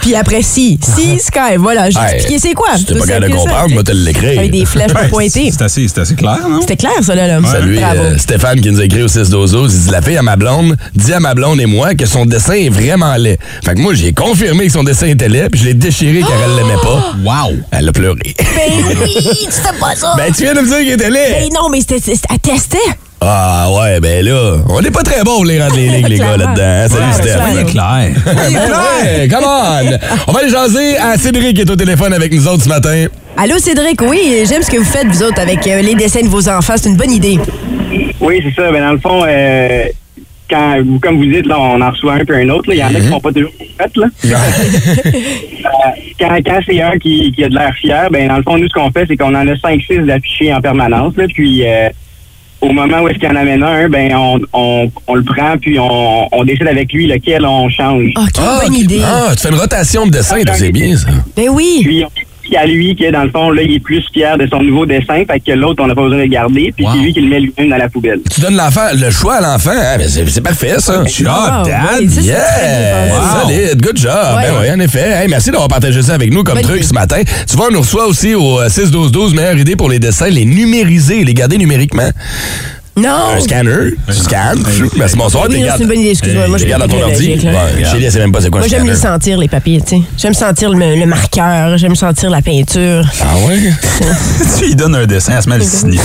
S2: puis après, si. Si, Sky, voilà. J'ai
S1: Uh-huh. Hey,
S2: expliqué c'est quoi.
S1: si t'es
S2: Tout
S1: pas capable de
S2: simple que ça.
S1: comprendre, moi, te l'écrire.
S2: Avec des flèches pour
S1: *laughs* Ouais,
S2: pointer.
S4: C'est assez, c'est assez clair, non?
S2: C'était clair, ça, là. là.
S1: *laughs* Salut
S2: Bravo.
S1: euh, Stéphane qui nous a écrit au 6 12 Il dit La fille à ma blonde dit à ma blonde et moi que son dessin est vraiment laid. Fait que moi, j'ai confirmé que son dessin était laid, puis je l'ai déchiré car elle l'aimait
S2: Oh!
S1: pas. Wow! Elle a pleuré. *laughs*
S2: Ben oui, tu fais pas ça.
S1: Ben, tu viens de me dire qu'il était laid.
S2: Ben non, mais c'était, c'était- elle testait.
S1: Ah ouais, ben là, on n'est pas très bon pour les rendre les lignes, les gars,
S2: Clairement.
S1: là-dedans. hein? Salut,
S2: Ouais,
S1: Steph.
S2: clairement.
S1: Ben, clair. Ben, clair, come on. On va aller jaser à Cédric qui est au téléphone avec nous autres ce matin.
S2: Allô, Cédric, oui, j'aime ce que vous faites, vous autres, avec euh, les dessins de vos enfants. C'est une bonne idée.
S12: Oui, c'est ça. Ben, dans le fond, euh, quand, comme vous dites, là, on en reçoit un puis un autre. là. Il y en a
S1: Mhm.
S12: qui sont pas toujours faits.
S1: *laughs*
S12: Là.
S1: Ah,
S12: Euh, quand quand c'est un qui, qui a de l'air fier, ben, dans le fond, nous, ce qu'on fait, c'est qu'on en a 5-6 d'affichés en permanence. Là, puis, euh, au moment où est-ce qu'il y en amène un, ben, on, on, on le prend puis on, on décide avec lui lequel on change.
S2: Oh,
S1: ah, ok. Ah, tu fais une rotation de dessin, toi, c'est bien ça.
S2: Ben oui.
S12: Puis, on dit à lui que, dans le fond, là, il est plus fier de son nouveau dessin, fait que l'autre, on n'a pas besoin de le garder, puis c'est lui qui le met lui-même dans la poubelle.
S1: Tu donnes l'enfant, le choix à l'enfant, hein? Ben, c'est c'est parfait ça.
S12: Good job, Dad.
S1: Yeah!
S12: oui, ça, c'est très bien pensé.
S1: Solide, good job. Ben oui, en effet. Hey, merci d'avoir partagé ça avec nous comme
S2: Bonne
S1: truc
S2: idée.
S1: ce matin. Tu vois, on nous reçoit aussi au euh, 6-12-12, meilleure idée pour les dessins, les numériser, les garder numériquement.
S2: Non!
S1: Un scanner, tu scannes, pfiou, ben, c'est bonsoir,
S2: Oh. Oui,
S1: t'es
S2: non,
S1: garde.
S2: c'est une bonne idée, excuse-moi. Moi, je
S1: T'es
S2: suis
S1: garde dans ton ordi.
S2: technologique, là.
S1: Ouais, Chélie, elle sait même pas c'est quoi
S2: Moi,
S1: un
S2: j'aime
S1: scanner.
S2: les sentir, les papiers, tu sais. J'aime sentir le, le marqueur, j'aime sentir la peinture.
S1: Ah ouais?
S2: *laughs*
S4: tu lui donnes un dessin, elle se met à le signifier.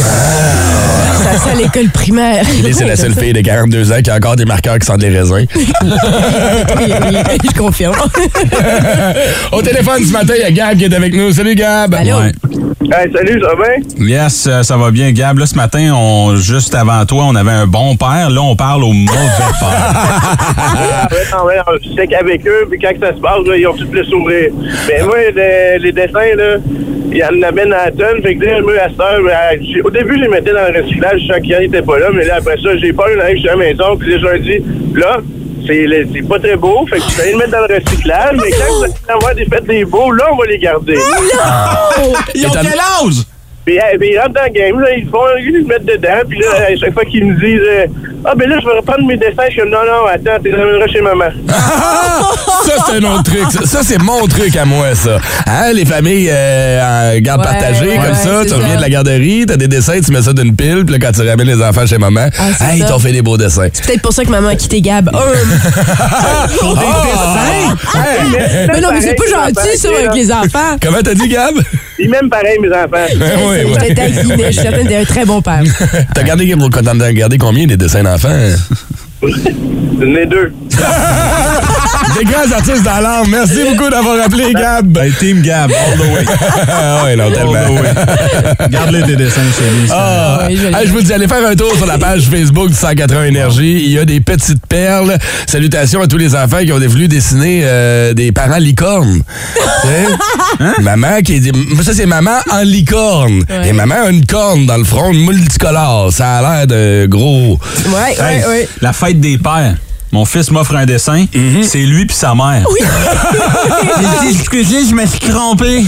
S1: Ah.
S2: Ça, c'est à l'école primaire.
S1: Chélie, c'est la seule fille de 42 ans qui a encore des marqueurs qui sentent les raisins.
S2: Oui, oui, *laughs* je
S1: *laughs*
S2: confirme.
S1: Au téléphone ce matin, il y a Gab qui est avec nous. Salut Gab!
S4: Ouais.
S13: salut, ça va bien?
S4: Yes, euh, ça va bien, Gab. Là, ce matin, on, juste avant toi, on avait un bon père. Là, on parle au mauvais *laughs* père.
S13: Ah, ouais, non, ouais, je sais qu'avec eux, puis quand que ça se passe, là, ils ont tous le sourire. Mais moi, les, les dessins, là, ils en amènent à la tonne. Fait que là, moi, à cette heure, ben, j'ai- au début, je les mettais dans le recyclage, je sens qu'il n'était pas là, mais là, après ça, j'ai peur, là, je suis à la maison, puis là, je leur dis, là, c'est le- c'est pas très beau, fait que je vais aller le mettre dans le recyclage, mais quand ça va avoir des fêtes des beaux, là, on va les garder.
S1: Ils ont quel âge?
S13: Puis eh, ben, ils rentrent dans le game, là, ils font, ils le mettent dedans, puis là, à chaque fois qu'ils me disent, euh, ah, ben là, je vais reprendre mes dessins, je suis comme, non, non, attends, t'es ramèneras chez maman.
S1: Ah! ça, c'est un autre truc. Ça, Ça, c'est mon truc à moi, ça. Hein, les familles euh, en garde
S13: Ouais,
S1: partagée,
S13: ouais,
S1: comme ça,
S13: c'est
S1: tu
S13: ça.
S1: reviens de la garderie, t'as des dessins, tu mets ça d'une pile, puis là, quand tu ramènes les enfants chez maman,
S13: Ah,
S2: c'est
S1: hey, ils
S2: ça.
S1: t'ont fait des beaux dessins.
S2: C'est peut-être pour ça que maman a quitté Gab.
S1: Ah.
S2: Oh, Ah. mais non, mais c'est pas gentil, ça, avec les enfants.
S1: Comment t'as dit, Gab?
S13: Ils m'aiment pareil, mes enfants.
S1: *laughs* Ouais, ouais.
S2: Je te taquine, je suis certaine que t'es un très bon père.
S1: *laughs* T'as gardé, t'en as gardé combien des dessins d'enfants?
S13: *laughs* Les deux.
S1: *laughs* Des grands artistes dans l'âme. Merci beaucoup d'avoir appelé *laughs* Gab. team Gab, all the way. *laughs* ah ouais, non, tellement.
S4: Garde-les tes dessins, chérie.
S1: Ah, hey, je vous le dis, allez faire un tour sur la page Facebook du 180 Énergie. Il y a des petites perles. Salutations à tous les enfants qui ont voulu dessiner euh, des parents licornes. Tu sais? Hein?
S2: Hein?
S1: Maman qui dit... Ça, c'est maman en licorne. Et maman a une corne dans le front multicolore. Ça a l'air de gros...
S2: Ouais,
S4: Hey, La fête des pères. Mon fils m'offre un dessin. C'est lui puis sa mère. Mm-hmm. Oui. *laughs* Il dit, excusez, je me suis trompé.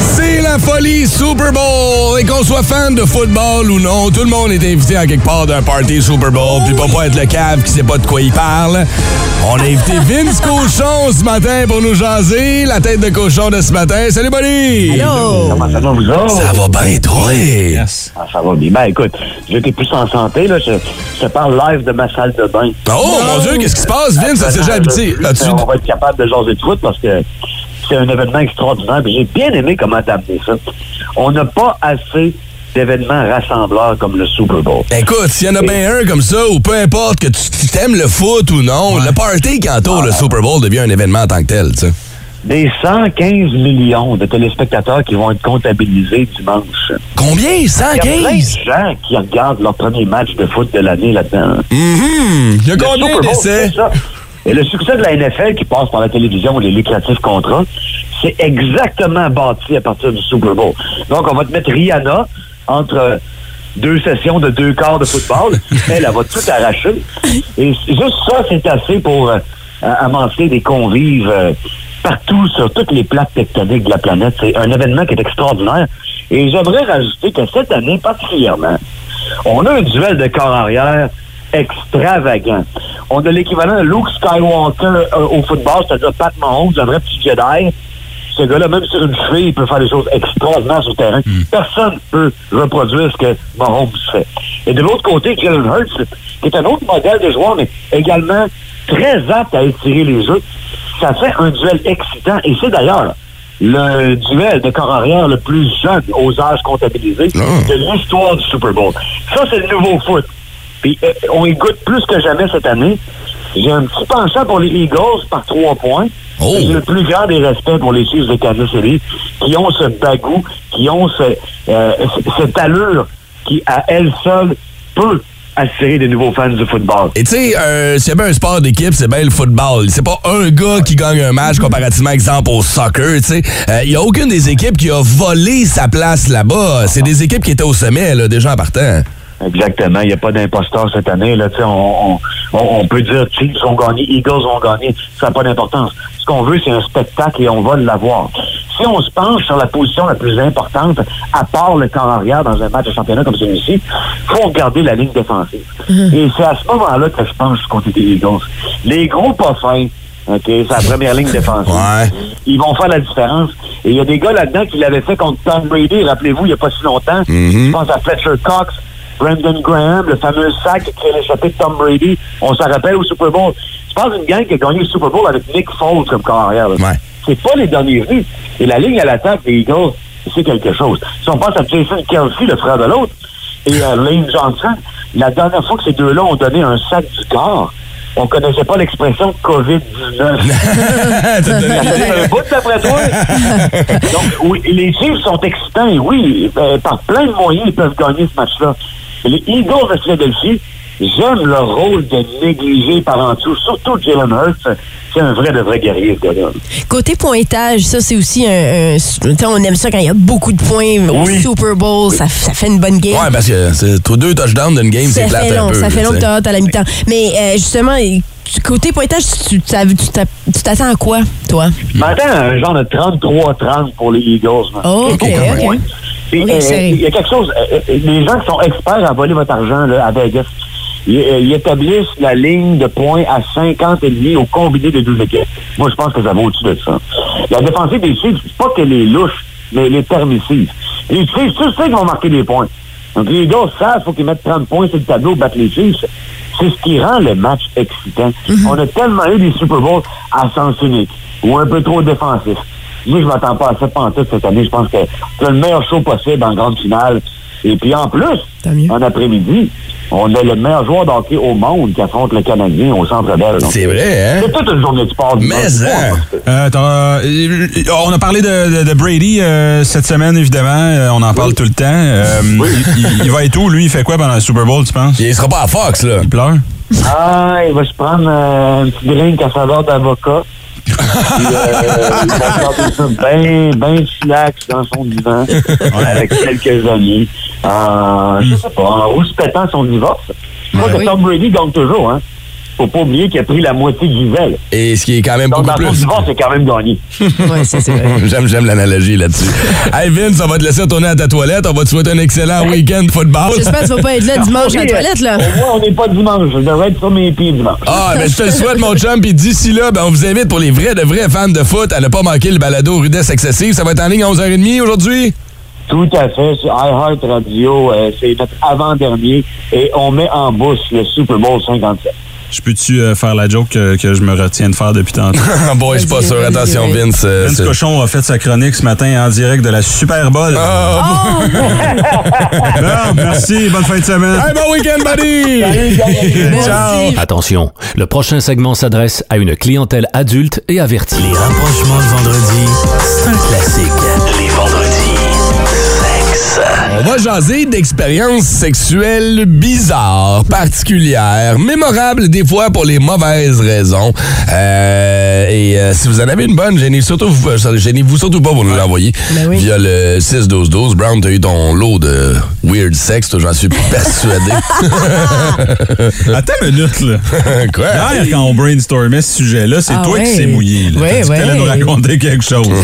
S1: C'est la folie Super Bowl! Et qu'on soit fan de football ou non, tout le monde est invité à quelque part d'un party Super Bowl, puis pas pas être le cave qui sait pas de quoi il parle. On a invité Vince Cochon ce matin pour nous jaser, la tête de cochon de ce matin. Salut, buddy!
S2: Oh.
S13: Comment ça va, vous autres?
S1: Ça va bien, toi?
S13: Ah, ça va bien. Ben, écoute, j'étais plus en santé, là. Je, je te parle live de ma salle de bain.
S1: Oh, mon Dieu, qu'est-ce qui se passe, Vince? Ça s'est déjà habité. As-tu-
S13: On va être capable de jaser de foot parce que c'est un événement extraordinaire. puis J'ai bien aimé comment t'as amené ça. On n'a pas assez
S14: d'événements rassembleurs comme le Super Bowl.
S1: Ben écoute, s'il y en a bien un comme ça, ou peu importe que tu tu t'aimes le foot ou non, le party qui entoure le Super Bowl devient un événement en tant que tel, tu sais.
S14: Des 115 millions de téléspectateurs qui vont être comptabilisés dimanche.
S1: Combien? 115?
S14: Il y a plein de gens qui regardent leur premier match de foot de l'année là-dedans.
S1: Mm-hmm. Il y a combien d'essais?
S14: Et le succès de la NFL qui passe par la télévision et les lucratifs contrats, c'est exactement bâti à partir du Super Bowl. Donc, on va te mettre Rihanna entre deux sessions de deux quarts de football. Elle, elle va tout arracher. Et juste ça, c'est assez pour euh, amorcer des convives euh, partout sur toutes les plaques tectoniques de la planète. C'est un événement qui est extraordinaire. Et j'aimerais rajouter que cette année, particulièrement, on a un duel de corps arrière extravagant. On a l'équivalent de Luke Skywalker euh, au football, c'est-à-dire Pat Mahomes, un vrai petit Jedi. Ce gars-là, même sur une cheville, il peut faire des choses extraordinaires sur le terrain. Personne ne peut reproduire ce que Mahomes fait. Et de l'autre côté, Jalen Hurts, qui est un autre modèle de joueur, mais également très apte à étirer les jeux, ça fait un duel excitant. Et c'est d'ailleurs le duel de corps arrière le plus jeune aux âges comptabilisés de l'histoire du Super Bowl. Ça, c'est le nouveau foot. Puis euh, on y goûte plus que jamais cette année. J'ai un petit penchant pour les Eagles par trois points.
S1: Oh.
S14: J'ai le plus grand des respects pour les Chiefs de Kansas City qui ont ce bagou, qui ont ce, euh, c- cette allure qui, à elle seule, peut attirer des nouveaux fans du football.
S1: Et tu sais, euh, s'il y a bien un sport d'équipe, c'est bien le football. C'est pas un gars qui gagne un match comparativement, exemple, au soccer, tu sais. Il y a aucune des équipes qui a volé sa place là-bas. C'est des équipes qui étaient au sommet, là, déjà en partant.
S14: Exactement. Il n'y a pas d'imposteur cette année. Là, Tu sais, on, on- on- on peut dire Chiefs ont gagné, Eagles ont gagné. Ça n'a pas d'importance. Ce qu'on veut, c'est un spectacle et on va l'avoir. Si on se penche sur la position la plus importante, à part le camp arrière dans un match de championnat comme celui-ci, faut regarder la ligne défensive. Et c'est à ce moment-là que je penche du côté des Eagles. Les gros pas fins, OK, c'est la première ligne défensive. Ils vont faire la différence. Et il y a des gars là-dedans qui l'avaient fait contre Tom Brady, rappelez-vous, il n'y a pas si longtemps. Je pense à Fletcher Cox, Brandon Graham, le fameux sac qui a échappé de Tom Brady. On s'en rappelle au Super Bowl. Je pense une gang qui a gagné le Super Bowl avec Nick Foles comme carrière. C'est pas les derniers venus. Et la ligne à l'attaque des Eagles, c'est quelque chose. Si on pense à Jason Kelsey, le frère de l'autre, et à Lane Johnson, la dernière fois que ces deux-là ont donné un sac du corps, on connaissait pas l'expression COVID-19.
S1: Hein,
S2: *laughs*
S14: un bout d'après toi. Donc, oui, les Chiefs sont excitants, et oui, euh, par plein de moyens, ils peuvent gagner ce match-là. Mais Les Eagles de Philadelphie, j'aime leur rôle de négligé par en dessous, surtout Jalen Hurts. C'est un vrai de vrai guerrier, ce gars-là.
S2: Côté pointage, ça, c'est aussi un. un- tu sais, on aime ça quand il y a beaucoup de points au Super Bowl. Ça, ça fait une bonne game.
S1: Ouais, parce que c'est toi, deux touchdowns d'une game,
S2: ça
S1: c'est plate
S2: fait
S1: un
S2: long,
S1: peu.
S2: ça fait
S1: là,
S2: long que
S1: tu sais.
S2: t'as hâte à la mi-temps. Mais euh, justement, du côté pointage, tu t'as- tu t'a- tu t'attends à quoi, toi?
S14: Je m'attends à Ben, un genre de 33-30 pour les Eagles. moi.
S2: Oh, OK,
S14: Aucun
S2: OK.
S14: point. Et,
S2: Ok,
S14: euh,
S2: serré.
S14: Il y a quelque chose, euh, euh, les gens qui sont experts à voler votre argent là, à Vegas, ils, euh, ils établissent la ligne de points à 50 et demi au combiné des deux équipes. Moi, je pense que ça va au-dessus de ça. La défensive des Chiefs, c'est pas que les louches, mais les permissives. Les Chiefs, tu sais qu'ils vont marquer des points. Donc, les gars savent qu'il faut qu'ils mettent 30 points sur le tableau, battre les Chiefs. C'est ce qui rend le match excitant. On a tellement eu des Super Bowls à sens unique ou un peu trop défensif. Moi, je m'attends pas à ça pantoute cette année. Je pense que c'est le meilleur show possible en grande finale. Et puis, en plus, en après-midi, on a le meilleur joueur d'hockey au monde qui affronte le Canadien au Centre Bell. Donc,
S1: C'est vrai, hein?
S14: C'est toute une journée de sport. du monde.
S4: Euh, t'as- euh, on a parlé de, de- de Brady euh, cette semaine, évidemment. Euh, on en parle tout le temps. Euh, il, il- il va être où, lui? Il fait quoi pendant le Super Bowl, tu penses?
S1: Il sera pas à Fox, là.
S4: Il pleure?
S14: Ah, il va se prendre euh, un petit drink à saveur d'avocat. Puis, euh, il va regarder ça bien, bien ben, chillax dans son divan avec quelques amis. Euh, je sais pas, ou se pétant son divorce. Je crois que Tom Brady gagne toujours, hein. Faut pas oublier qu'il a pris la moitié du gisèle.
S1: Et ce qui est quand même
S14: Donc,
S1: beaucoup
S14: dans son
S1: plus.
S14: divorce, c'est quand même gagné.
S1: *laughs* J'aime, j'aime l'analogie là-dessus. Hey Vince, on va te laisser tourner à ta toilette. On va te souhaiter un excellent week-end de football.
S2: J'espère que tu vas pas être là dimanche à la
S1: Oui,
S2: toilette, là.
S14: Au moins, on n'est pas dimanche. Je devrais être sur mes pieds dimanche.
S1: Ah, ben je te le souhaite, mon chum. Puis d'ici là, ben, on vous invite pour les vrais de vrais fans de foot à ne pas manquer le balado rudesse excessive. Ça va être en ligne à 11h30 aujourd'hui. *laughs*
S14: Tout à fait. Sur iHeart Radio, euh, c'est notre avant-dernier. Et on met en bouche le Super Bowl 57.
S4: *laughs* Je peux-tu euh, faire la joke que, que je me retiens de faire
S14: *laughs*
S4: depuis tantôt?
S1: Bon, je suis pas sûr. Attention, Vince. euh,
S4: Vince
S1: c'est-
S4: Cochon a fait sa chronique ce matin en direct de la Super Bowl.
S2: Ah, Oh,
S4: Bon, merci, bonne fin de semaine.
S1: Hey, bon week-end, buddy! Ciao!
S5: Attention, le prochain segment s'adresse à une clientèle adulte et avertie. Les rapprochements de vendredi, c'est un classique. Les vendredis, sexe.
S1: On va jaser d'expériences sexuelles bizarres, particulières, mémorables des fois pour les mauvaises raisons. Euh, et euh, si vous en avez une bonne, gênez surtout, euh, gênez-vous surtout pas pour nous l'envoyer
S4: Ben
S1: via le 6-12-12. Brown, t'as eu ton lot de weird sex, toi,
S4: *laughs*
S1: j'en suis persuadé. *laughs*
S4: Attends une minute, là.
S14: *laughs*
S1: Quoi?
S4: Hier, quand on brainstormait ce sujet-là, c'est
S1: Ah
S4: toi
S1: ouais.
S4: qui s'est mouillé. Là.
S1: Ouais,
S4: T'as dit que
S1: ouais.
S4: t'allais nous raconter
S1: *laughs*
S4: quelque chose. Ben,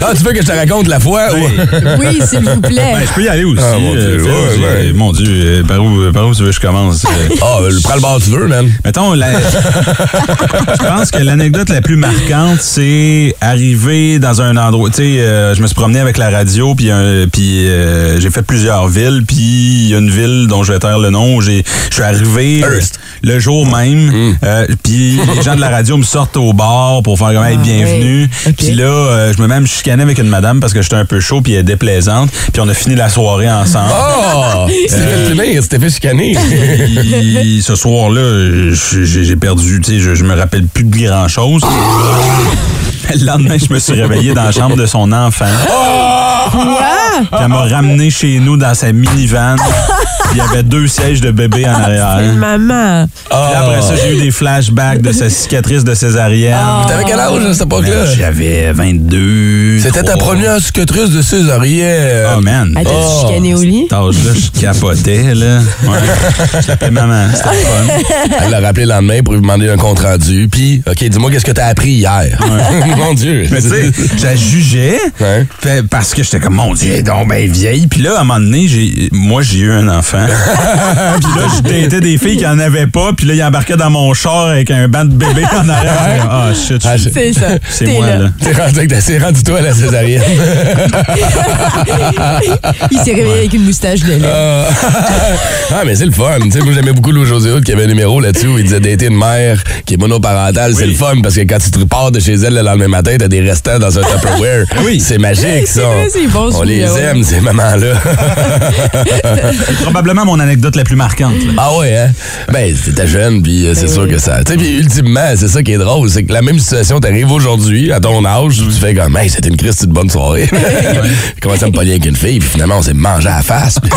S1: ah, tu veux que je te raconte la fois? où-
S2: Oui, s'il vous plaît.
S4: Ben, je peux y aller aussi.
S1: Ah,
S4: mon,
S1: mon
S4: Dieu,
S1: Dieu, ouais, ouais.
S4: mon Dieu, euh, par, où, par où tu veux que je commence?
S1: Ah, euh, prends le bord que tu veux, man.
S4: Mettons, la- je pense que l'anecdote la plus marquante, c'est arriver dans un endroit. Tu sais, euh, je me suis promené avec la radio, puis un- puis, euh, j'ai fait plusieurs villes, puis il y a une ville dont je vais taire le nom. où j'ai- Je suis arrivé le jour même, euh, puis les gens de la radio me sortent au bar pour faire comme hey, bienvenue. Puis là, euh, je me même chicanais avec une madame parce que j'étais un peu chaud, puis elle est déplaisante. Puis on a fini la soirée ensemble. *laughs*
S1: Oh! C'était fait
S4: Euh,
S1: punir, c'était fait
S4: *laughs*
S1: chicaner.
S4: Puis, ce soir-là, j'ai j'ai perdu, tu sais, je, je me rappelle plus de grand-chose. Le lendemain, je me suis réveillé dans la chambre de son enfant. Puis Elle m'a ramené chez nous dans sa minivan. Il y avait deux sièges de bébé en arrière.
S2: Maman.
S4: Puis là, après ça, j'ai eu des flashbacks de sa cicatrice de césarienne.
S1: Ah. T'avais quel âge à cette époque-là?
S4: Ben, J'avais 22.
S1: C'était ta
S4: trois.
S1: première cicatrice de césarienne.
S4: Oh man.
S2: Elle t'a
S4: Oh.
S2: chicané au lit?
S4: Cet âge-là, je capotais, là. Ouais. Je l'appelais maman. C'était le fun.
S1: *laughs* Elle l'a rappelé le lendemain pour lui demander un compte rendu. Puis, OK, dis-moi, qu'est-ce que t'as appris hier? *laughs* Mon Dieu. Hein?
S4: Mais tu sais, je la jugeais fait- parce que j'étais comme, mon Dieu, elle est donc ben vieille. Puis là, à un moment donné, j'ai- moi, j'ai eu un enfant. puis là, je datais des filles qui en avaient pas. Puis là, ils embarquaient dans mon char avec un banc de bébé en arrière. Ah, shit. je suis-
S2: C'est ça.
S4: C'est
S2: T'es
S4: moi,
S2: là.
S4: là.
S1: T'es rendu, avec- t'es rendu toi à la césarienne.
S2: Il s'est réveillé avec une moustache de lait.
S1: Euh, ah, mais c'est le fun. Tu sais, moi, j'aimais beaucoup Lou José Hood qui avait un numéro là-dessus où il disait dater une mère qui est monoparentale. C'est le fun parce que quand tu te repars de chez elle le lendemain matin, t'as des restants dans un
S4: *laughs*
S1: Tupperware. oui. C'est magique,
S2: C'est
S1: ça.
S2: vrai, c'est bon,
S1: On
S2: ce
S1: les
S2: numéro-là.
S1: aime, ces mamans-là.
S4: C'est probablement mon anecdote la plus marquante. là.
S1: Ah ouais, hein? Ben, t'étais jeune, puis euh, c'est sûr que ça... Tu sais, puis ultimement, c'est ça qui est drôle, c'est que la même situation t'arrive aujourd'hui, à ton âge, tu fais comme « Hey, c'était une crise, de bonne soirée. » J'ai commencé à me pogner avec une fille, puis finalement, on s'est mangé à la face. puis-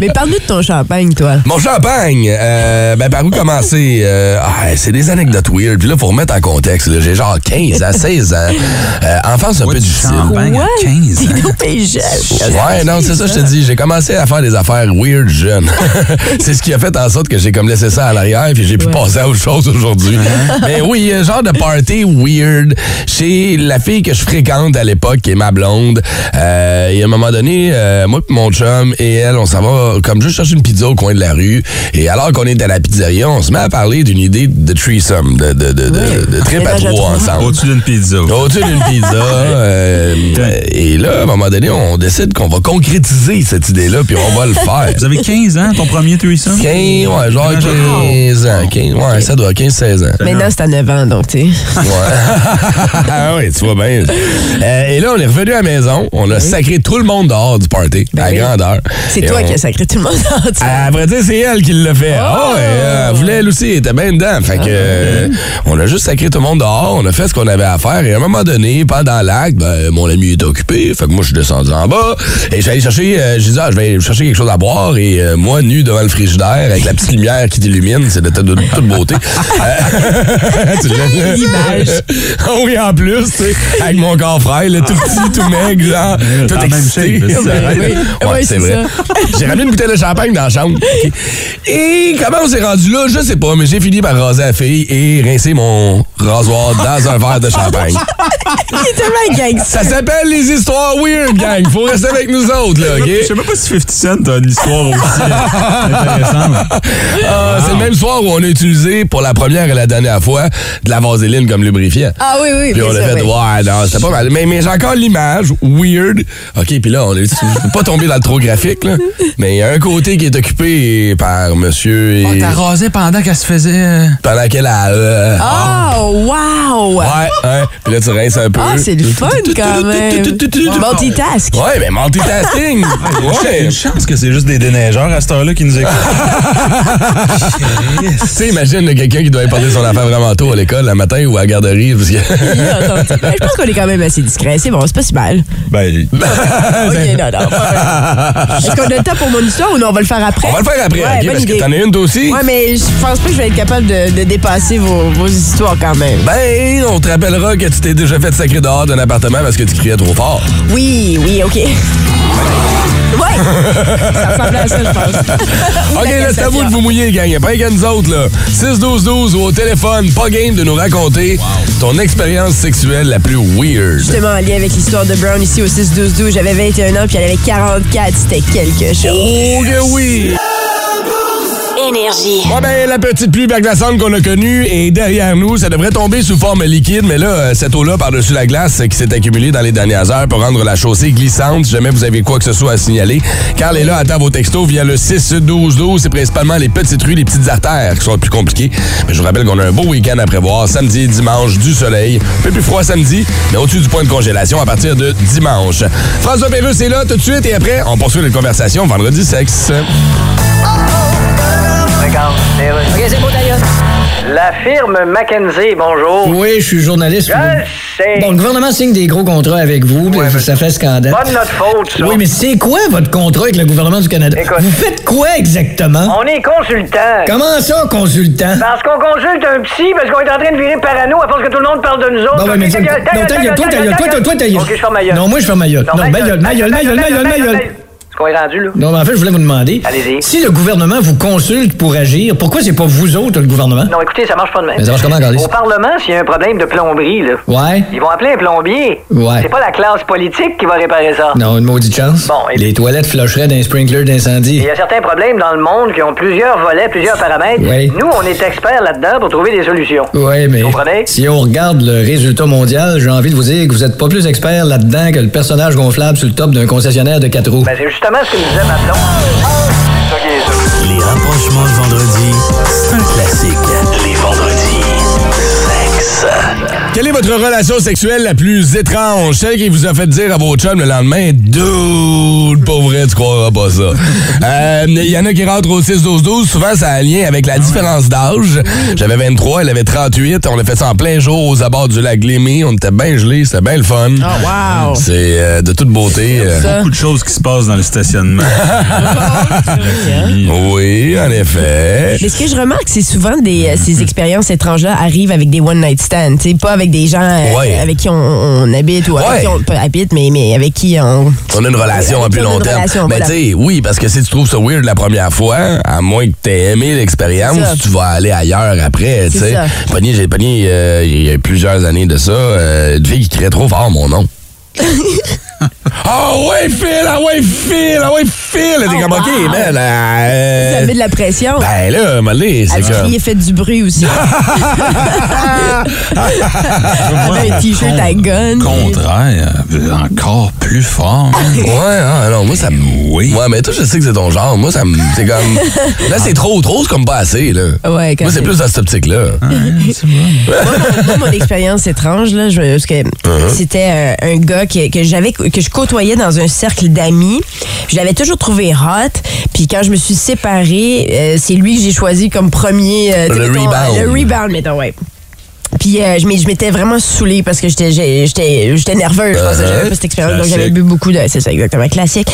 S2: Mais parle-nous de ton champagne, toi.
S1: Mon champagne, euh, ben par où commencer? Euh, ah, c'est des anecdotes weird. Puis là, faut remettre en contexte. là, J'ai genre 15 à 16 ans. Euh, enfance un peu difficile.
S4: Champagne à
S2: *laughs*
S4: 15 ans.
S2: T'es jeune.
S1: hein? Ouais, non, c'est ça, je te dis. J'ai commencé à faire des affaires weird jeune. *laughs* c'est ce qui a fait en sorte que j'ai comme laissé ça à l'arrière puis j'ai pu passer à autre chose aujourd'hui. Mais oui, euh, genre de party weird chez la fille que je fréquente à l'époque, qui est ma blonde. Euh, et à un moment donné, euh, moi puis mon chum et elle, on s'en va comme juste chercher une pizza au coin de la rue. Et alors qu'on est à la pizzeria, on se met à parler d'une idée de threesome, de, de, de, de, de trip à
S2: Ménage à
S1: trois
S2: trois.
S1: ensemble.
S4: Au-dessus d'une pizza.
S1: Au-dessus d'une pizza.
S2: *laughs*
S1: euh, euh, et là, à un moment donné, on décide qu'on va concrétiser cette idée-là, puis on va le
S2: *laughs*
S1: faire.
S4: Vous avez 15 ans, ton premier threesome?
S1: 15, ouais, genre 15 ans. 15, ouais, ça doit, 15-16 ans.
S2: Maintenant, c'est à 9 ans, donc, tu sais.
S1: Ouais. *laughs* ah oui, tu vois bien. Euh, et là, on est revenu à la maison. On a sacré tout le monde dehors du party, à
S2: Ben oui.
S1: grandeur.
S2: C'est
S1: Et Ah.
S2: toi
S1: on-
S2: qui as sacré tout le monde dans tout.
S1: à vrai dire, c'est elle qui l'a fait. Ah ouais, euh, elle voulait elle aussi, elle était bien dedans. Fait que euh, on a juste sacré tout le monde dehors, on a fait ce qu'on avait à faire. Et à un moment donné, pendant l'acte, ben, mon ami est occupé. Fait que moi, je suis descendu en bas. Et je suis allé chercher, euh, je disais, ah, je vais aller chercher quelque chose à boire. Et euh, moi, nu devant le frigidaire, avec la petite lumière qui t'illumine, c'est de, de- de toute beauté. Euh, tu l'as-
S2: L'image.
S1: *laughs* Ah oui, en plus, tu sais, avec mon grand frère, là, tout petit, tout maigre, *laughs* genre, tout
S4: Dans la même
S1: excité.
S4: shape, c'est
S2: ça.
S1: Ouais,
S2: Oui, oui,
S1: c'est
S2: c'est
S1: vrai. J'ai ramené une bouteille de champagne dans la chambre. Ok. Et comment on s'est rendu là, je sais pas, mais j'ai fini par raser la fille et rincer mon rasoir de dans un verre de champagne.
S2: Il est tellement gangster.
S1: Ça s'appelle les histoires weird, gang. Faut rester avec nous autres, là, OK?
S4: Je sais même pas si 50 Cent a une histoire aussi euh, intéressante.
S1: Ah, C'est le même soir où on a utilisé pour la première et la dernière fois de la vaseline comme lubrifiant.
S2: Ah oui, oui,
S1: Puis
S2: bien
S1: on a
S2: sûr,
S1: fait,
S2: oui.
S1: ouais, non, c'était pas mal. Mais, mais j'ai encore l'image, weird. OK, puis là, on est, je peux pas tomber dans le trop graphique, là. Mais il y a un côté qui est occupé par monsieur
S4: Oh,
S1: et.
S15: On t'a rasé pendant qu'elle se faisait. euh,
S1: pendant qu'elle a. euh,
S4: Ah,
S2: Oh, wow!
S1: Ouais, hein. Puis là, tu rinces un peu.
S2: Ah, c'est le fun quand même. Multitask.
S1: Ouais, mais multitasking.
S4: Ouais. Une chance que c'est juste des déneigeurs à cette heure-là qui nous écoutent.
S1: *laughs* Tu sais, imagine là, quelqu'un qui doit aller porter son affaire vraiment tôt à l'école, le matin ou à la garderie. Parce
S4: *laughs*
S1: que...
S2: Ben, je pense qu'on est quand même assez discret. C'est bon, c'est pas si mal.
S1: ben.
S2: ok, non, non.
S1: *laughs*
S2: pas vrai. Est-ce qu'on a le temps pour mon histoire ou non, on va le faire après?
S1: On va le faire après,
S2: Ouais,
S1: OK?
S2: bonne
S1: Parce que
S2: idée.
S1: t'en as une, toi aussi?
S2: Ouais, mais je pense pas que je vais être capable de, de dépasser vos, vos histoires quand même.
S1: Ben, on te rappellera que tu t'es déjà fait sacrer dehors d'un appartement parce que tu criais trop fort.
S2: Oui, oui, OK. Ouais! Ça ressemblait à ça, je *laughs* pense. Ou
S1: OK,
S2: la
S1: là, c'est à
S2: cassation.
S1: vous de vous mouiller, gang. Y a pas rien qu'à nous autres, là. 6-12-12 ou au téléphone, pas game de nous raconter ton expérience sexuelle la plus weird.
S2: Justement, en lien avec l'histoire de Brown ici au 6-12-12, j'avais 21 ans puis elle avait 44. C'était quelque chose.
S1: Oh, que oui!
S16: Énergie.
S1: Ouais, ben, la petite pluie verglaçante qu'on a connue est derrière nous. Ça devrait tomber sous forme liquide, mais là, euh, cette eau-là par-dessus la glace euh, qui s'est accumulée dans les dernières heures pour rendre la chaussée glissante, si jamais vous avez quoi que ce soit à signaler. Carl est là, attend vos textos via le 6-12-12. C'est principalement les petites rues, les petites artères qui sont les plus compliquées. Mais je vous rappelle qu'on a un beau week-end à prévoir. Samedi et dimanche, du soleil. Un peu plus froid samedi, mais au-dessus du point de congélation à partir de dimanche. François Pérus est là tout de suite et après, on poursuit la conversation vendredi sexe.
S17: Ok, c'est bon, d'ailleurs. La firme Mackenzie, bonjour.
S18: Oui, je suis journaliste. Bon, le gouvernement signe des gros contrats avec vous, puis ça fait scandale.
S17: Pas de notre faute, ben, ça.
S18: Oui, mais c'est quoi votre contrat avec le gouvernement du Canada? Vous faites quoi exactement?
S17: On est consultant.
S18: Comment ça, consultant?
S17: Parce qu'on consulte un psy, parce qu'on est en train de virer parano à force que tout le monde parle de nous autres.
S18: Bon, Ben ouais, mais
S17: Ok,
S18: ça-
S17: ta gueule, ta
S18: non,
S17: gueule,
S18: ta gueule, toi, ta gueule, toi, toi, toi, ta gueule.
S17: Ok, je ferme ma gueule.
S18: Non, moi, je ferme ma gueule.
S17: Non,
S18: Non,
S17: ma
S18: ma
S17: gueule,
S18: gueule, ma gueule, ma gueule, ma gueule, ma gueule.
S17: Est-ce qu'on est rendu, là?
S18: Non, mais en fait, je voulais vous demander, si le gouvernement vous consulte pour agir, pourquoi c'est pas vous autres, le gouvernement?
S17: Non, écoutez, ça marche pas de même.
S18: Mais ça marche comment, Carlis?
S17: Au Parlement, s'il y a un problème de plomberie, là.
S18: Ouais.
S17: Ils vont appeler un plombier.
S18: Ouais.
S17: C'est pas la classe politique qui va réparer ça.
S18: Non, une maudite chance.
S17: Bon, et-
S18: Les toilettes flocheraient d'un sprinkler d'incendie.
S17: Il y a certains problèmes dans le monde qui ont plusieurs volets, plusieurs paramètres.
S18: Oui.
S17: Nous, on est experts là-dedans pour trouver des solutions.
S18: Oui, mais si on regarde le résultat mondial, j'ai envie de vous dire que vous n'êtes pas plus expert là-dedans que le personnage gonflable sur le top d'un concessionnaire de quatre roues.
S17: C'est justement ce que nous disait ma blonde.
S3: Les rapprochements de vendredi, c'est un classique.
S5: Les vendredis, sexe.
S1: Quelle est votre relation sexuelle la plus étrange? Celle qui vous a fait dire à vos chums le lendemain, dude, pas vrai, tu croiras pas ça.
S2: *laughs*
S1: Euh, Il y en a qui rentrent au 6-12-12, souvent ça a un lien avec
S2: Ah
S1: la différence d'âge. J'avais 23, elle avait 38, on a fait ça en plein jour aux abords du lac Lémy, on était bien gelés, c'était bien le fun.
S2: Ah, wow!
S1: C'est euh, de toute beauté. euh.
S4: Beaucoup de choses qui se passent dans le stationnement.
S1: oui, en effet.
S2: Mais ce que je remarque, c'est souvent des, euh,
S1: Mm-hmm.
S2: ces expériences étrangères arrivent avec des one-night stands. tu sais, Pas avec des gens euh,
S1: Ouais.
S2: avec qui on, on habite ou avec
S1: Ouais.
S2: qui on pas habite, mais, mais avec qui on.
S1: On a une relation à plus
S2: On a une
S1: long terme.
S2: relation,
S1: Mais
S2: voilà.
S1: tu sais, oui, parce que si tu trouves ça weird la première fois, à moins que t'aies aimé
S2: C'est ça.
S1: l'expérience, tu vas aller ailleurs après, tu
S2: C'est
S1: sais.
S2: ça.
S1: Pogné, j'ai pogné euh, il y a plusieurs années de ça, euh, une fille qui criait trop fort
S2: *laughs*
S1: mon nom. Ah ouais, Phil! Ah ouais, Phil! Ah ouais, Phil! Elle
S2: Oh,
S1: était comme, OK, man, euh,
S2: Ça *laughs* met de la pression.
S1: ben là, à un moment donné, c'est
S2: Elle criait,
S1: comme...
S2: fait du bruit
S1: *laughs*
S2: aussi. Avec un t-shirt à gun.
S1: contraire, encore plus fort. ouais, hein, non, moi ça me. Ouais, mais toi, je sais que c'est ton genre. Moi, ça me.
S2: *laughs*
S1: C'est comme. Là, c'est trop, trop, c'est comme pas assez, là.
S2: Ouais, quand
S1: Moi, c'est
S2: même.
S1: plus dans cette optique-là.
S2: Moi, mon expérience étrange, là, je, parce que
S1: Uh-huh.
S2: c'était euh, un, un gars que, que j'avais que je côtoyais dans un cercle d'amis. Je l'avais toujours trouvé hot. Puis quand je me suis séparée, euh, c'est lui que j'ai choisi comme premier. euh, tu sais,
S1: Le
S2: mettons,
S1: rebound.
S2: Le rebound, mettons, ouais. Puis euh, je m'ai- je m'étais vraiment saoulée parce que j'étais j'ai- j'étais j'étais nerveuse. parce
S1: Uh-huh.
S2: que J'avais pas cette expérience, donc
S16: Classique.
S2: j'avais bu beaucoup de. C'est ça, exactement, classique.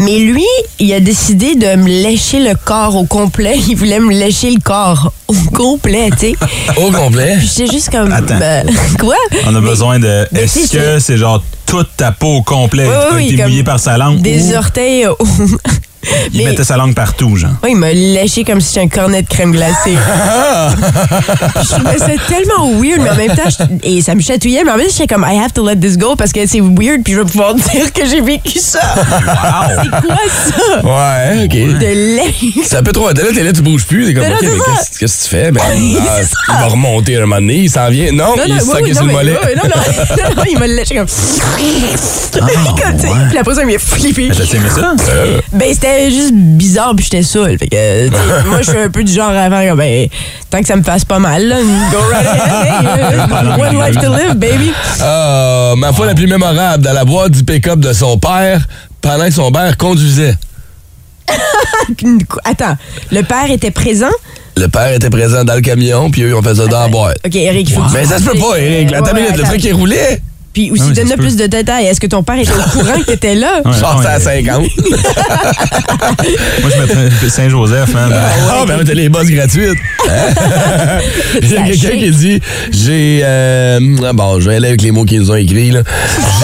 S2: Mais lui, il a décidé de me lécher le corps au complet. *laughs* Il voulait me lécher le corps au complet, tu sais.
S1: Au complet.
S2: Puis J'étais juste comme.
S4: Attends.
S2: ben, *laughs* quoi?
S4: *laughs* On a besoin de.
S2: mais tu
S4: Est-ce
S2: sais,
S4: que
S2: c'est-
S4: c'est genre toute ta peau au complet
S2: Oui,
S4: qui a
S2: oui,
S4: été
S2: comme
S4: mouillée par sa langue?
S2: Des
S4: ou-
S2: orteils au- *laughs*
S4: Il
S2: Mais-
S4: mettait sa langue partout, genre.
S2: Oui, il m'a lâché comme si j'étais un cornet de crème
S4: *laughs*
S2: glacée. je trouvais ça tellement weird, mais en même temps, je- et ça me chatouillait, mais en même temps, j'étais comme, I have to let this go parce que c'est weird, puis je vais pouvoir *laughs* dire que j'ai vécu ça. C'est quoi
S4: *laughs*
S2: ça?
S1: *laughs* Ouais, ok.
S2: De lait.
S1: Ça peut trop. Là, t'es là, tu bouges plus. T'es comme,
S2: Mais là,
S1: OK,
S2: c'est
S1: mais
S2: ça.
S1: qu'est-ce qu'est-ce que tu fais? Ben,
S2: *laughs* Oui,
S1: ah,
S2: c'est ça.
S1: il va remonter un moment donné. Il s'en vient. Non, il s'est
S2: oui,
S1: taqué
S2: oui,
S1: sur le
S2: mais-
S1: mollet. Ah,
S2: oui,
S1: *laughs*
S2: non, non, non, il m'a lâché comme. *laughs* comme tu sais, Puis après ça, il m'a flippé.
S1: T'as aimé ça? Euh,
S2: Ben, c'était juste bizarre, puis j'étais saoul. Fait que, tu
S1: *laughs*
S2: sais, moi, je suis un peu du genre avant, comme, ben, tant que ça me fasse pas mal, là, go right
S1: *laughs*
S2: ahead. Hey, euh, one life to live, baby.
S1: Ah, ma foi la plus mémorable, dans la boîte du pick-up de son père pendant que son père conduisait.
S2: Attends, le père était présent?
S1: Le père était présent dans le camion, puis eux, ils ont fait ça dans la boîte.
S2: OK, Eric, il faut que tu-
S1: Mais Ben, ça se peut pas, Eric.
S2: Euh,
S1: La
S2: ouais, ouais,
S1: minute, le
S2: attends.
S1: truc, il roulait.
S2: Puis aussi,
S1: Non, mais ça
S2: donne-nous
S1: se peut.
S2: plus de détails. Est-ce que ton père était au courant que t'étais là?
S1: Je pensais à 50.
S4: Moi,
S2: *laughs*
S4: je mettrais Saint-Joseph, hein.
S1: Ah, ben, t'as les bosses gratuites. Hein? Il y a
S4: Sachez.
S1: quelqu'un qui dit J'ai. euh, ah bon, je vais aller avec les mots qu'ils ont écrits, là.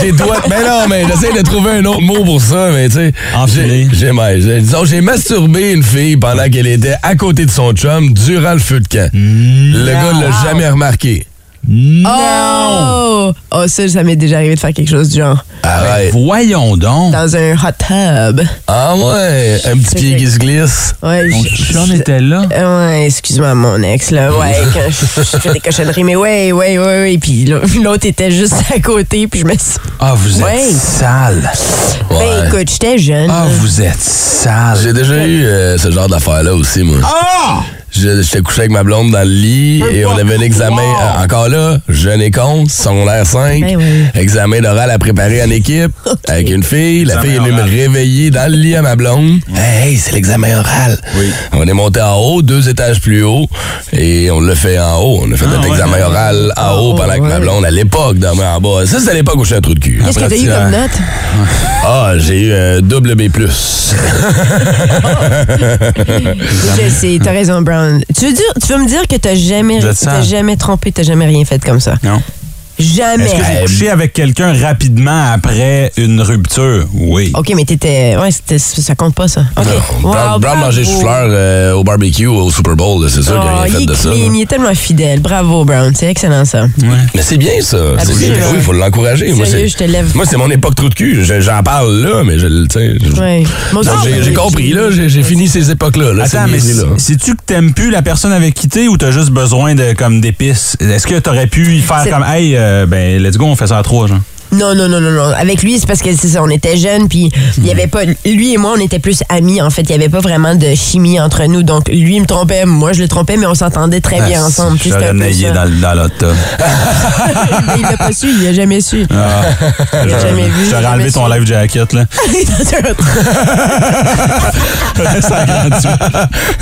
S1: J'ai doigts. Mais non, mais j'essaie de trouver un autre mot pour ça, mais tu sais. J'ai, j'ai, mais- j'ai- disons, j'ai masturbé une fille pendant qu'elle était à côté de son chum durant le feu de camp. Le gars ne l'a
S2: Ah,
S1: jamais remarqué.
S2: Non! Oh, ça, ça m'est déjà arrivé de faire quelque chose du genre.
S1: Arrête.
S4: voyons donc.
S2: Dans un hot tub.
S1: Ah ouais, un petit pied qui se glisse.
S2: Ouais,
S1: Mon
S2: je-
S1: chum
S2: je-
S1: était là.
S2: Euh, ouais, excuse-moi, mon ex, là.
S1: *laughs*
S2: Ouais, quand je, je fais des cochonneries, mais ouais, ouais, ouais, ouais. Puis là, l'autre était juste à côté, puis je me suis.
S1: Ah, vous êtes
S2: Ouais.
S1: sale.
S2: Ben, écoute, j'étais jeune.
S1: Ah, vous êtes sale. J'ai déjà eu euh, ce genre d'affaire-là aussi, moi.
S2: Ah!
S1: Je- J'étais couché avec ma blonde dans le lit et on avait l'examen, euh, encore là, jeune et con, secondaire 5,
S2: Ben oui.
S1: examen d'oral à préparer
S2: *laughs*
S1: en équipe avec une fille. La fille est venue me réveiller dans le lit à ma blonde. Hey, hey, c'est l'examen oral. On est monté en haut, deux étages plus haut et on l'a fait en haut. On a fait notre examen oral
S2: Ah,
S1: en haut pendant que ma blonde, à l'époque, dormait en bas. Ça, c'est à l'époque où j'étais un trou de cul.
S2: Qu'est-ce que
S1: Après,
S2: t'as eu
S1: tu-
S2: comme note?
S1: Ah, j'ai eu un double B+. je
S2: Je sais, t'as raison, Brown. Tu veux, dire, tu veux me dire que t'as jamais,
S4: Je te
S2: t'as
S4: sens.
S2: jamais trompé, t'as jamais rien fait comme ça?
S4: Non.
S2: Jamais.
S4: Est-ce que j'ai couché avec quelqu'un rapidement après une rupture? Oui.
S2: OK, mais t'étais. Ouais, c'était- ça compte pas, ça. OK.
S1: Brown, Brown mangeait
S2: bravo.
S1: chou-fleur euh, au barbecue au Super Bowl, là, c'est sûr qu'il a
S2: Oh,
S1: rien
S2: il
S1: fait
S2: est
S1: de ça.
S2: clean, il est tellement fidèle. Bravo, Brown. C'est excellent, ça.
S1: Mais c'est bien ça. C'est bien.
S2: Absolument.
S1: Oui, il faut l'encourager. Moi,
S2: hein. Sérieux,
S1: c'est-
S2: je te lève.
S1: Moi, c'est mon époque trou de cul. Je- J'en parle là, mais je le tu sais, je-
S2: Ouais. Moi aussi, euh,
S1: Non, j'ai- J'ai compris, là. J'ai j'ai fini ces époques-là. là, ces
S4: Attends, mais
S1: niaiseries-là.
S4: sais-tu que t'aimes plus la personne avec qui t'es ou t'as juste besoin de comme d'épices? Est-ce que t'aurais pu y faire
S2: C'est-
S4: comme Hey, euh, ben let's go, on fait ça à trois, genre?
S2: Non, non, non, non, non. Avec lui, c'est parce que c'est ça, on était jeunes, puis il y avait pas. Lui et moi, on était plus amis, en fait. Il y avait pas vraiment de chimie entre nous. Donc, lui il me trompait, moi, je le trompais, mais on s'entendait très Eh bien
S4: Ah,
S2: ensemble.
S4: Je
S2: Tu sais, c'était un
S4: l'aurais
S2: peu
S4: naillé
S2: ça.
S4: dans, le- dans l'auto.
S2: Mais il l'a pas su, il l'a jamais su. *laughs*
S4: Ah.
S2: Il l'a jamais vu.
S4: Je t'aurais enlevé ton life jacket, là.
S1: *laughs*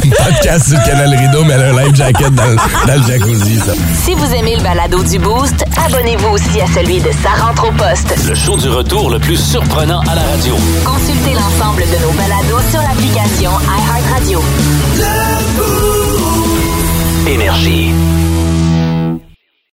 S1: Podcast sur le canal Rideau, mais elle a un life jacket dans, le- dans le jacuzzi, ça.
S16: Si vous aimez le balado du Boost, abonnez-vous aussi à celui de Sa rentre au poste.
S5: Le show du retour le plus surprenant à la radio.
S16: Consultez l'ensemble de nos balados sur l'application iHeartRadio.
S5: Énergie.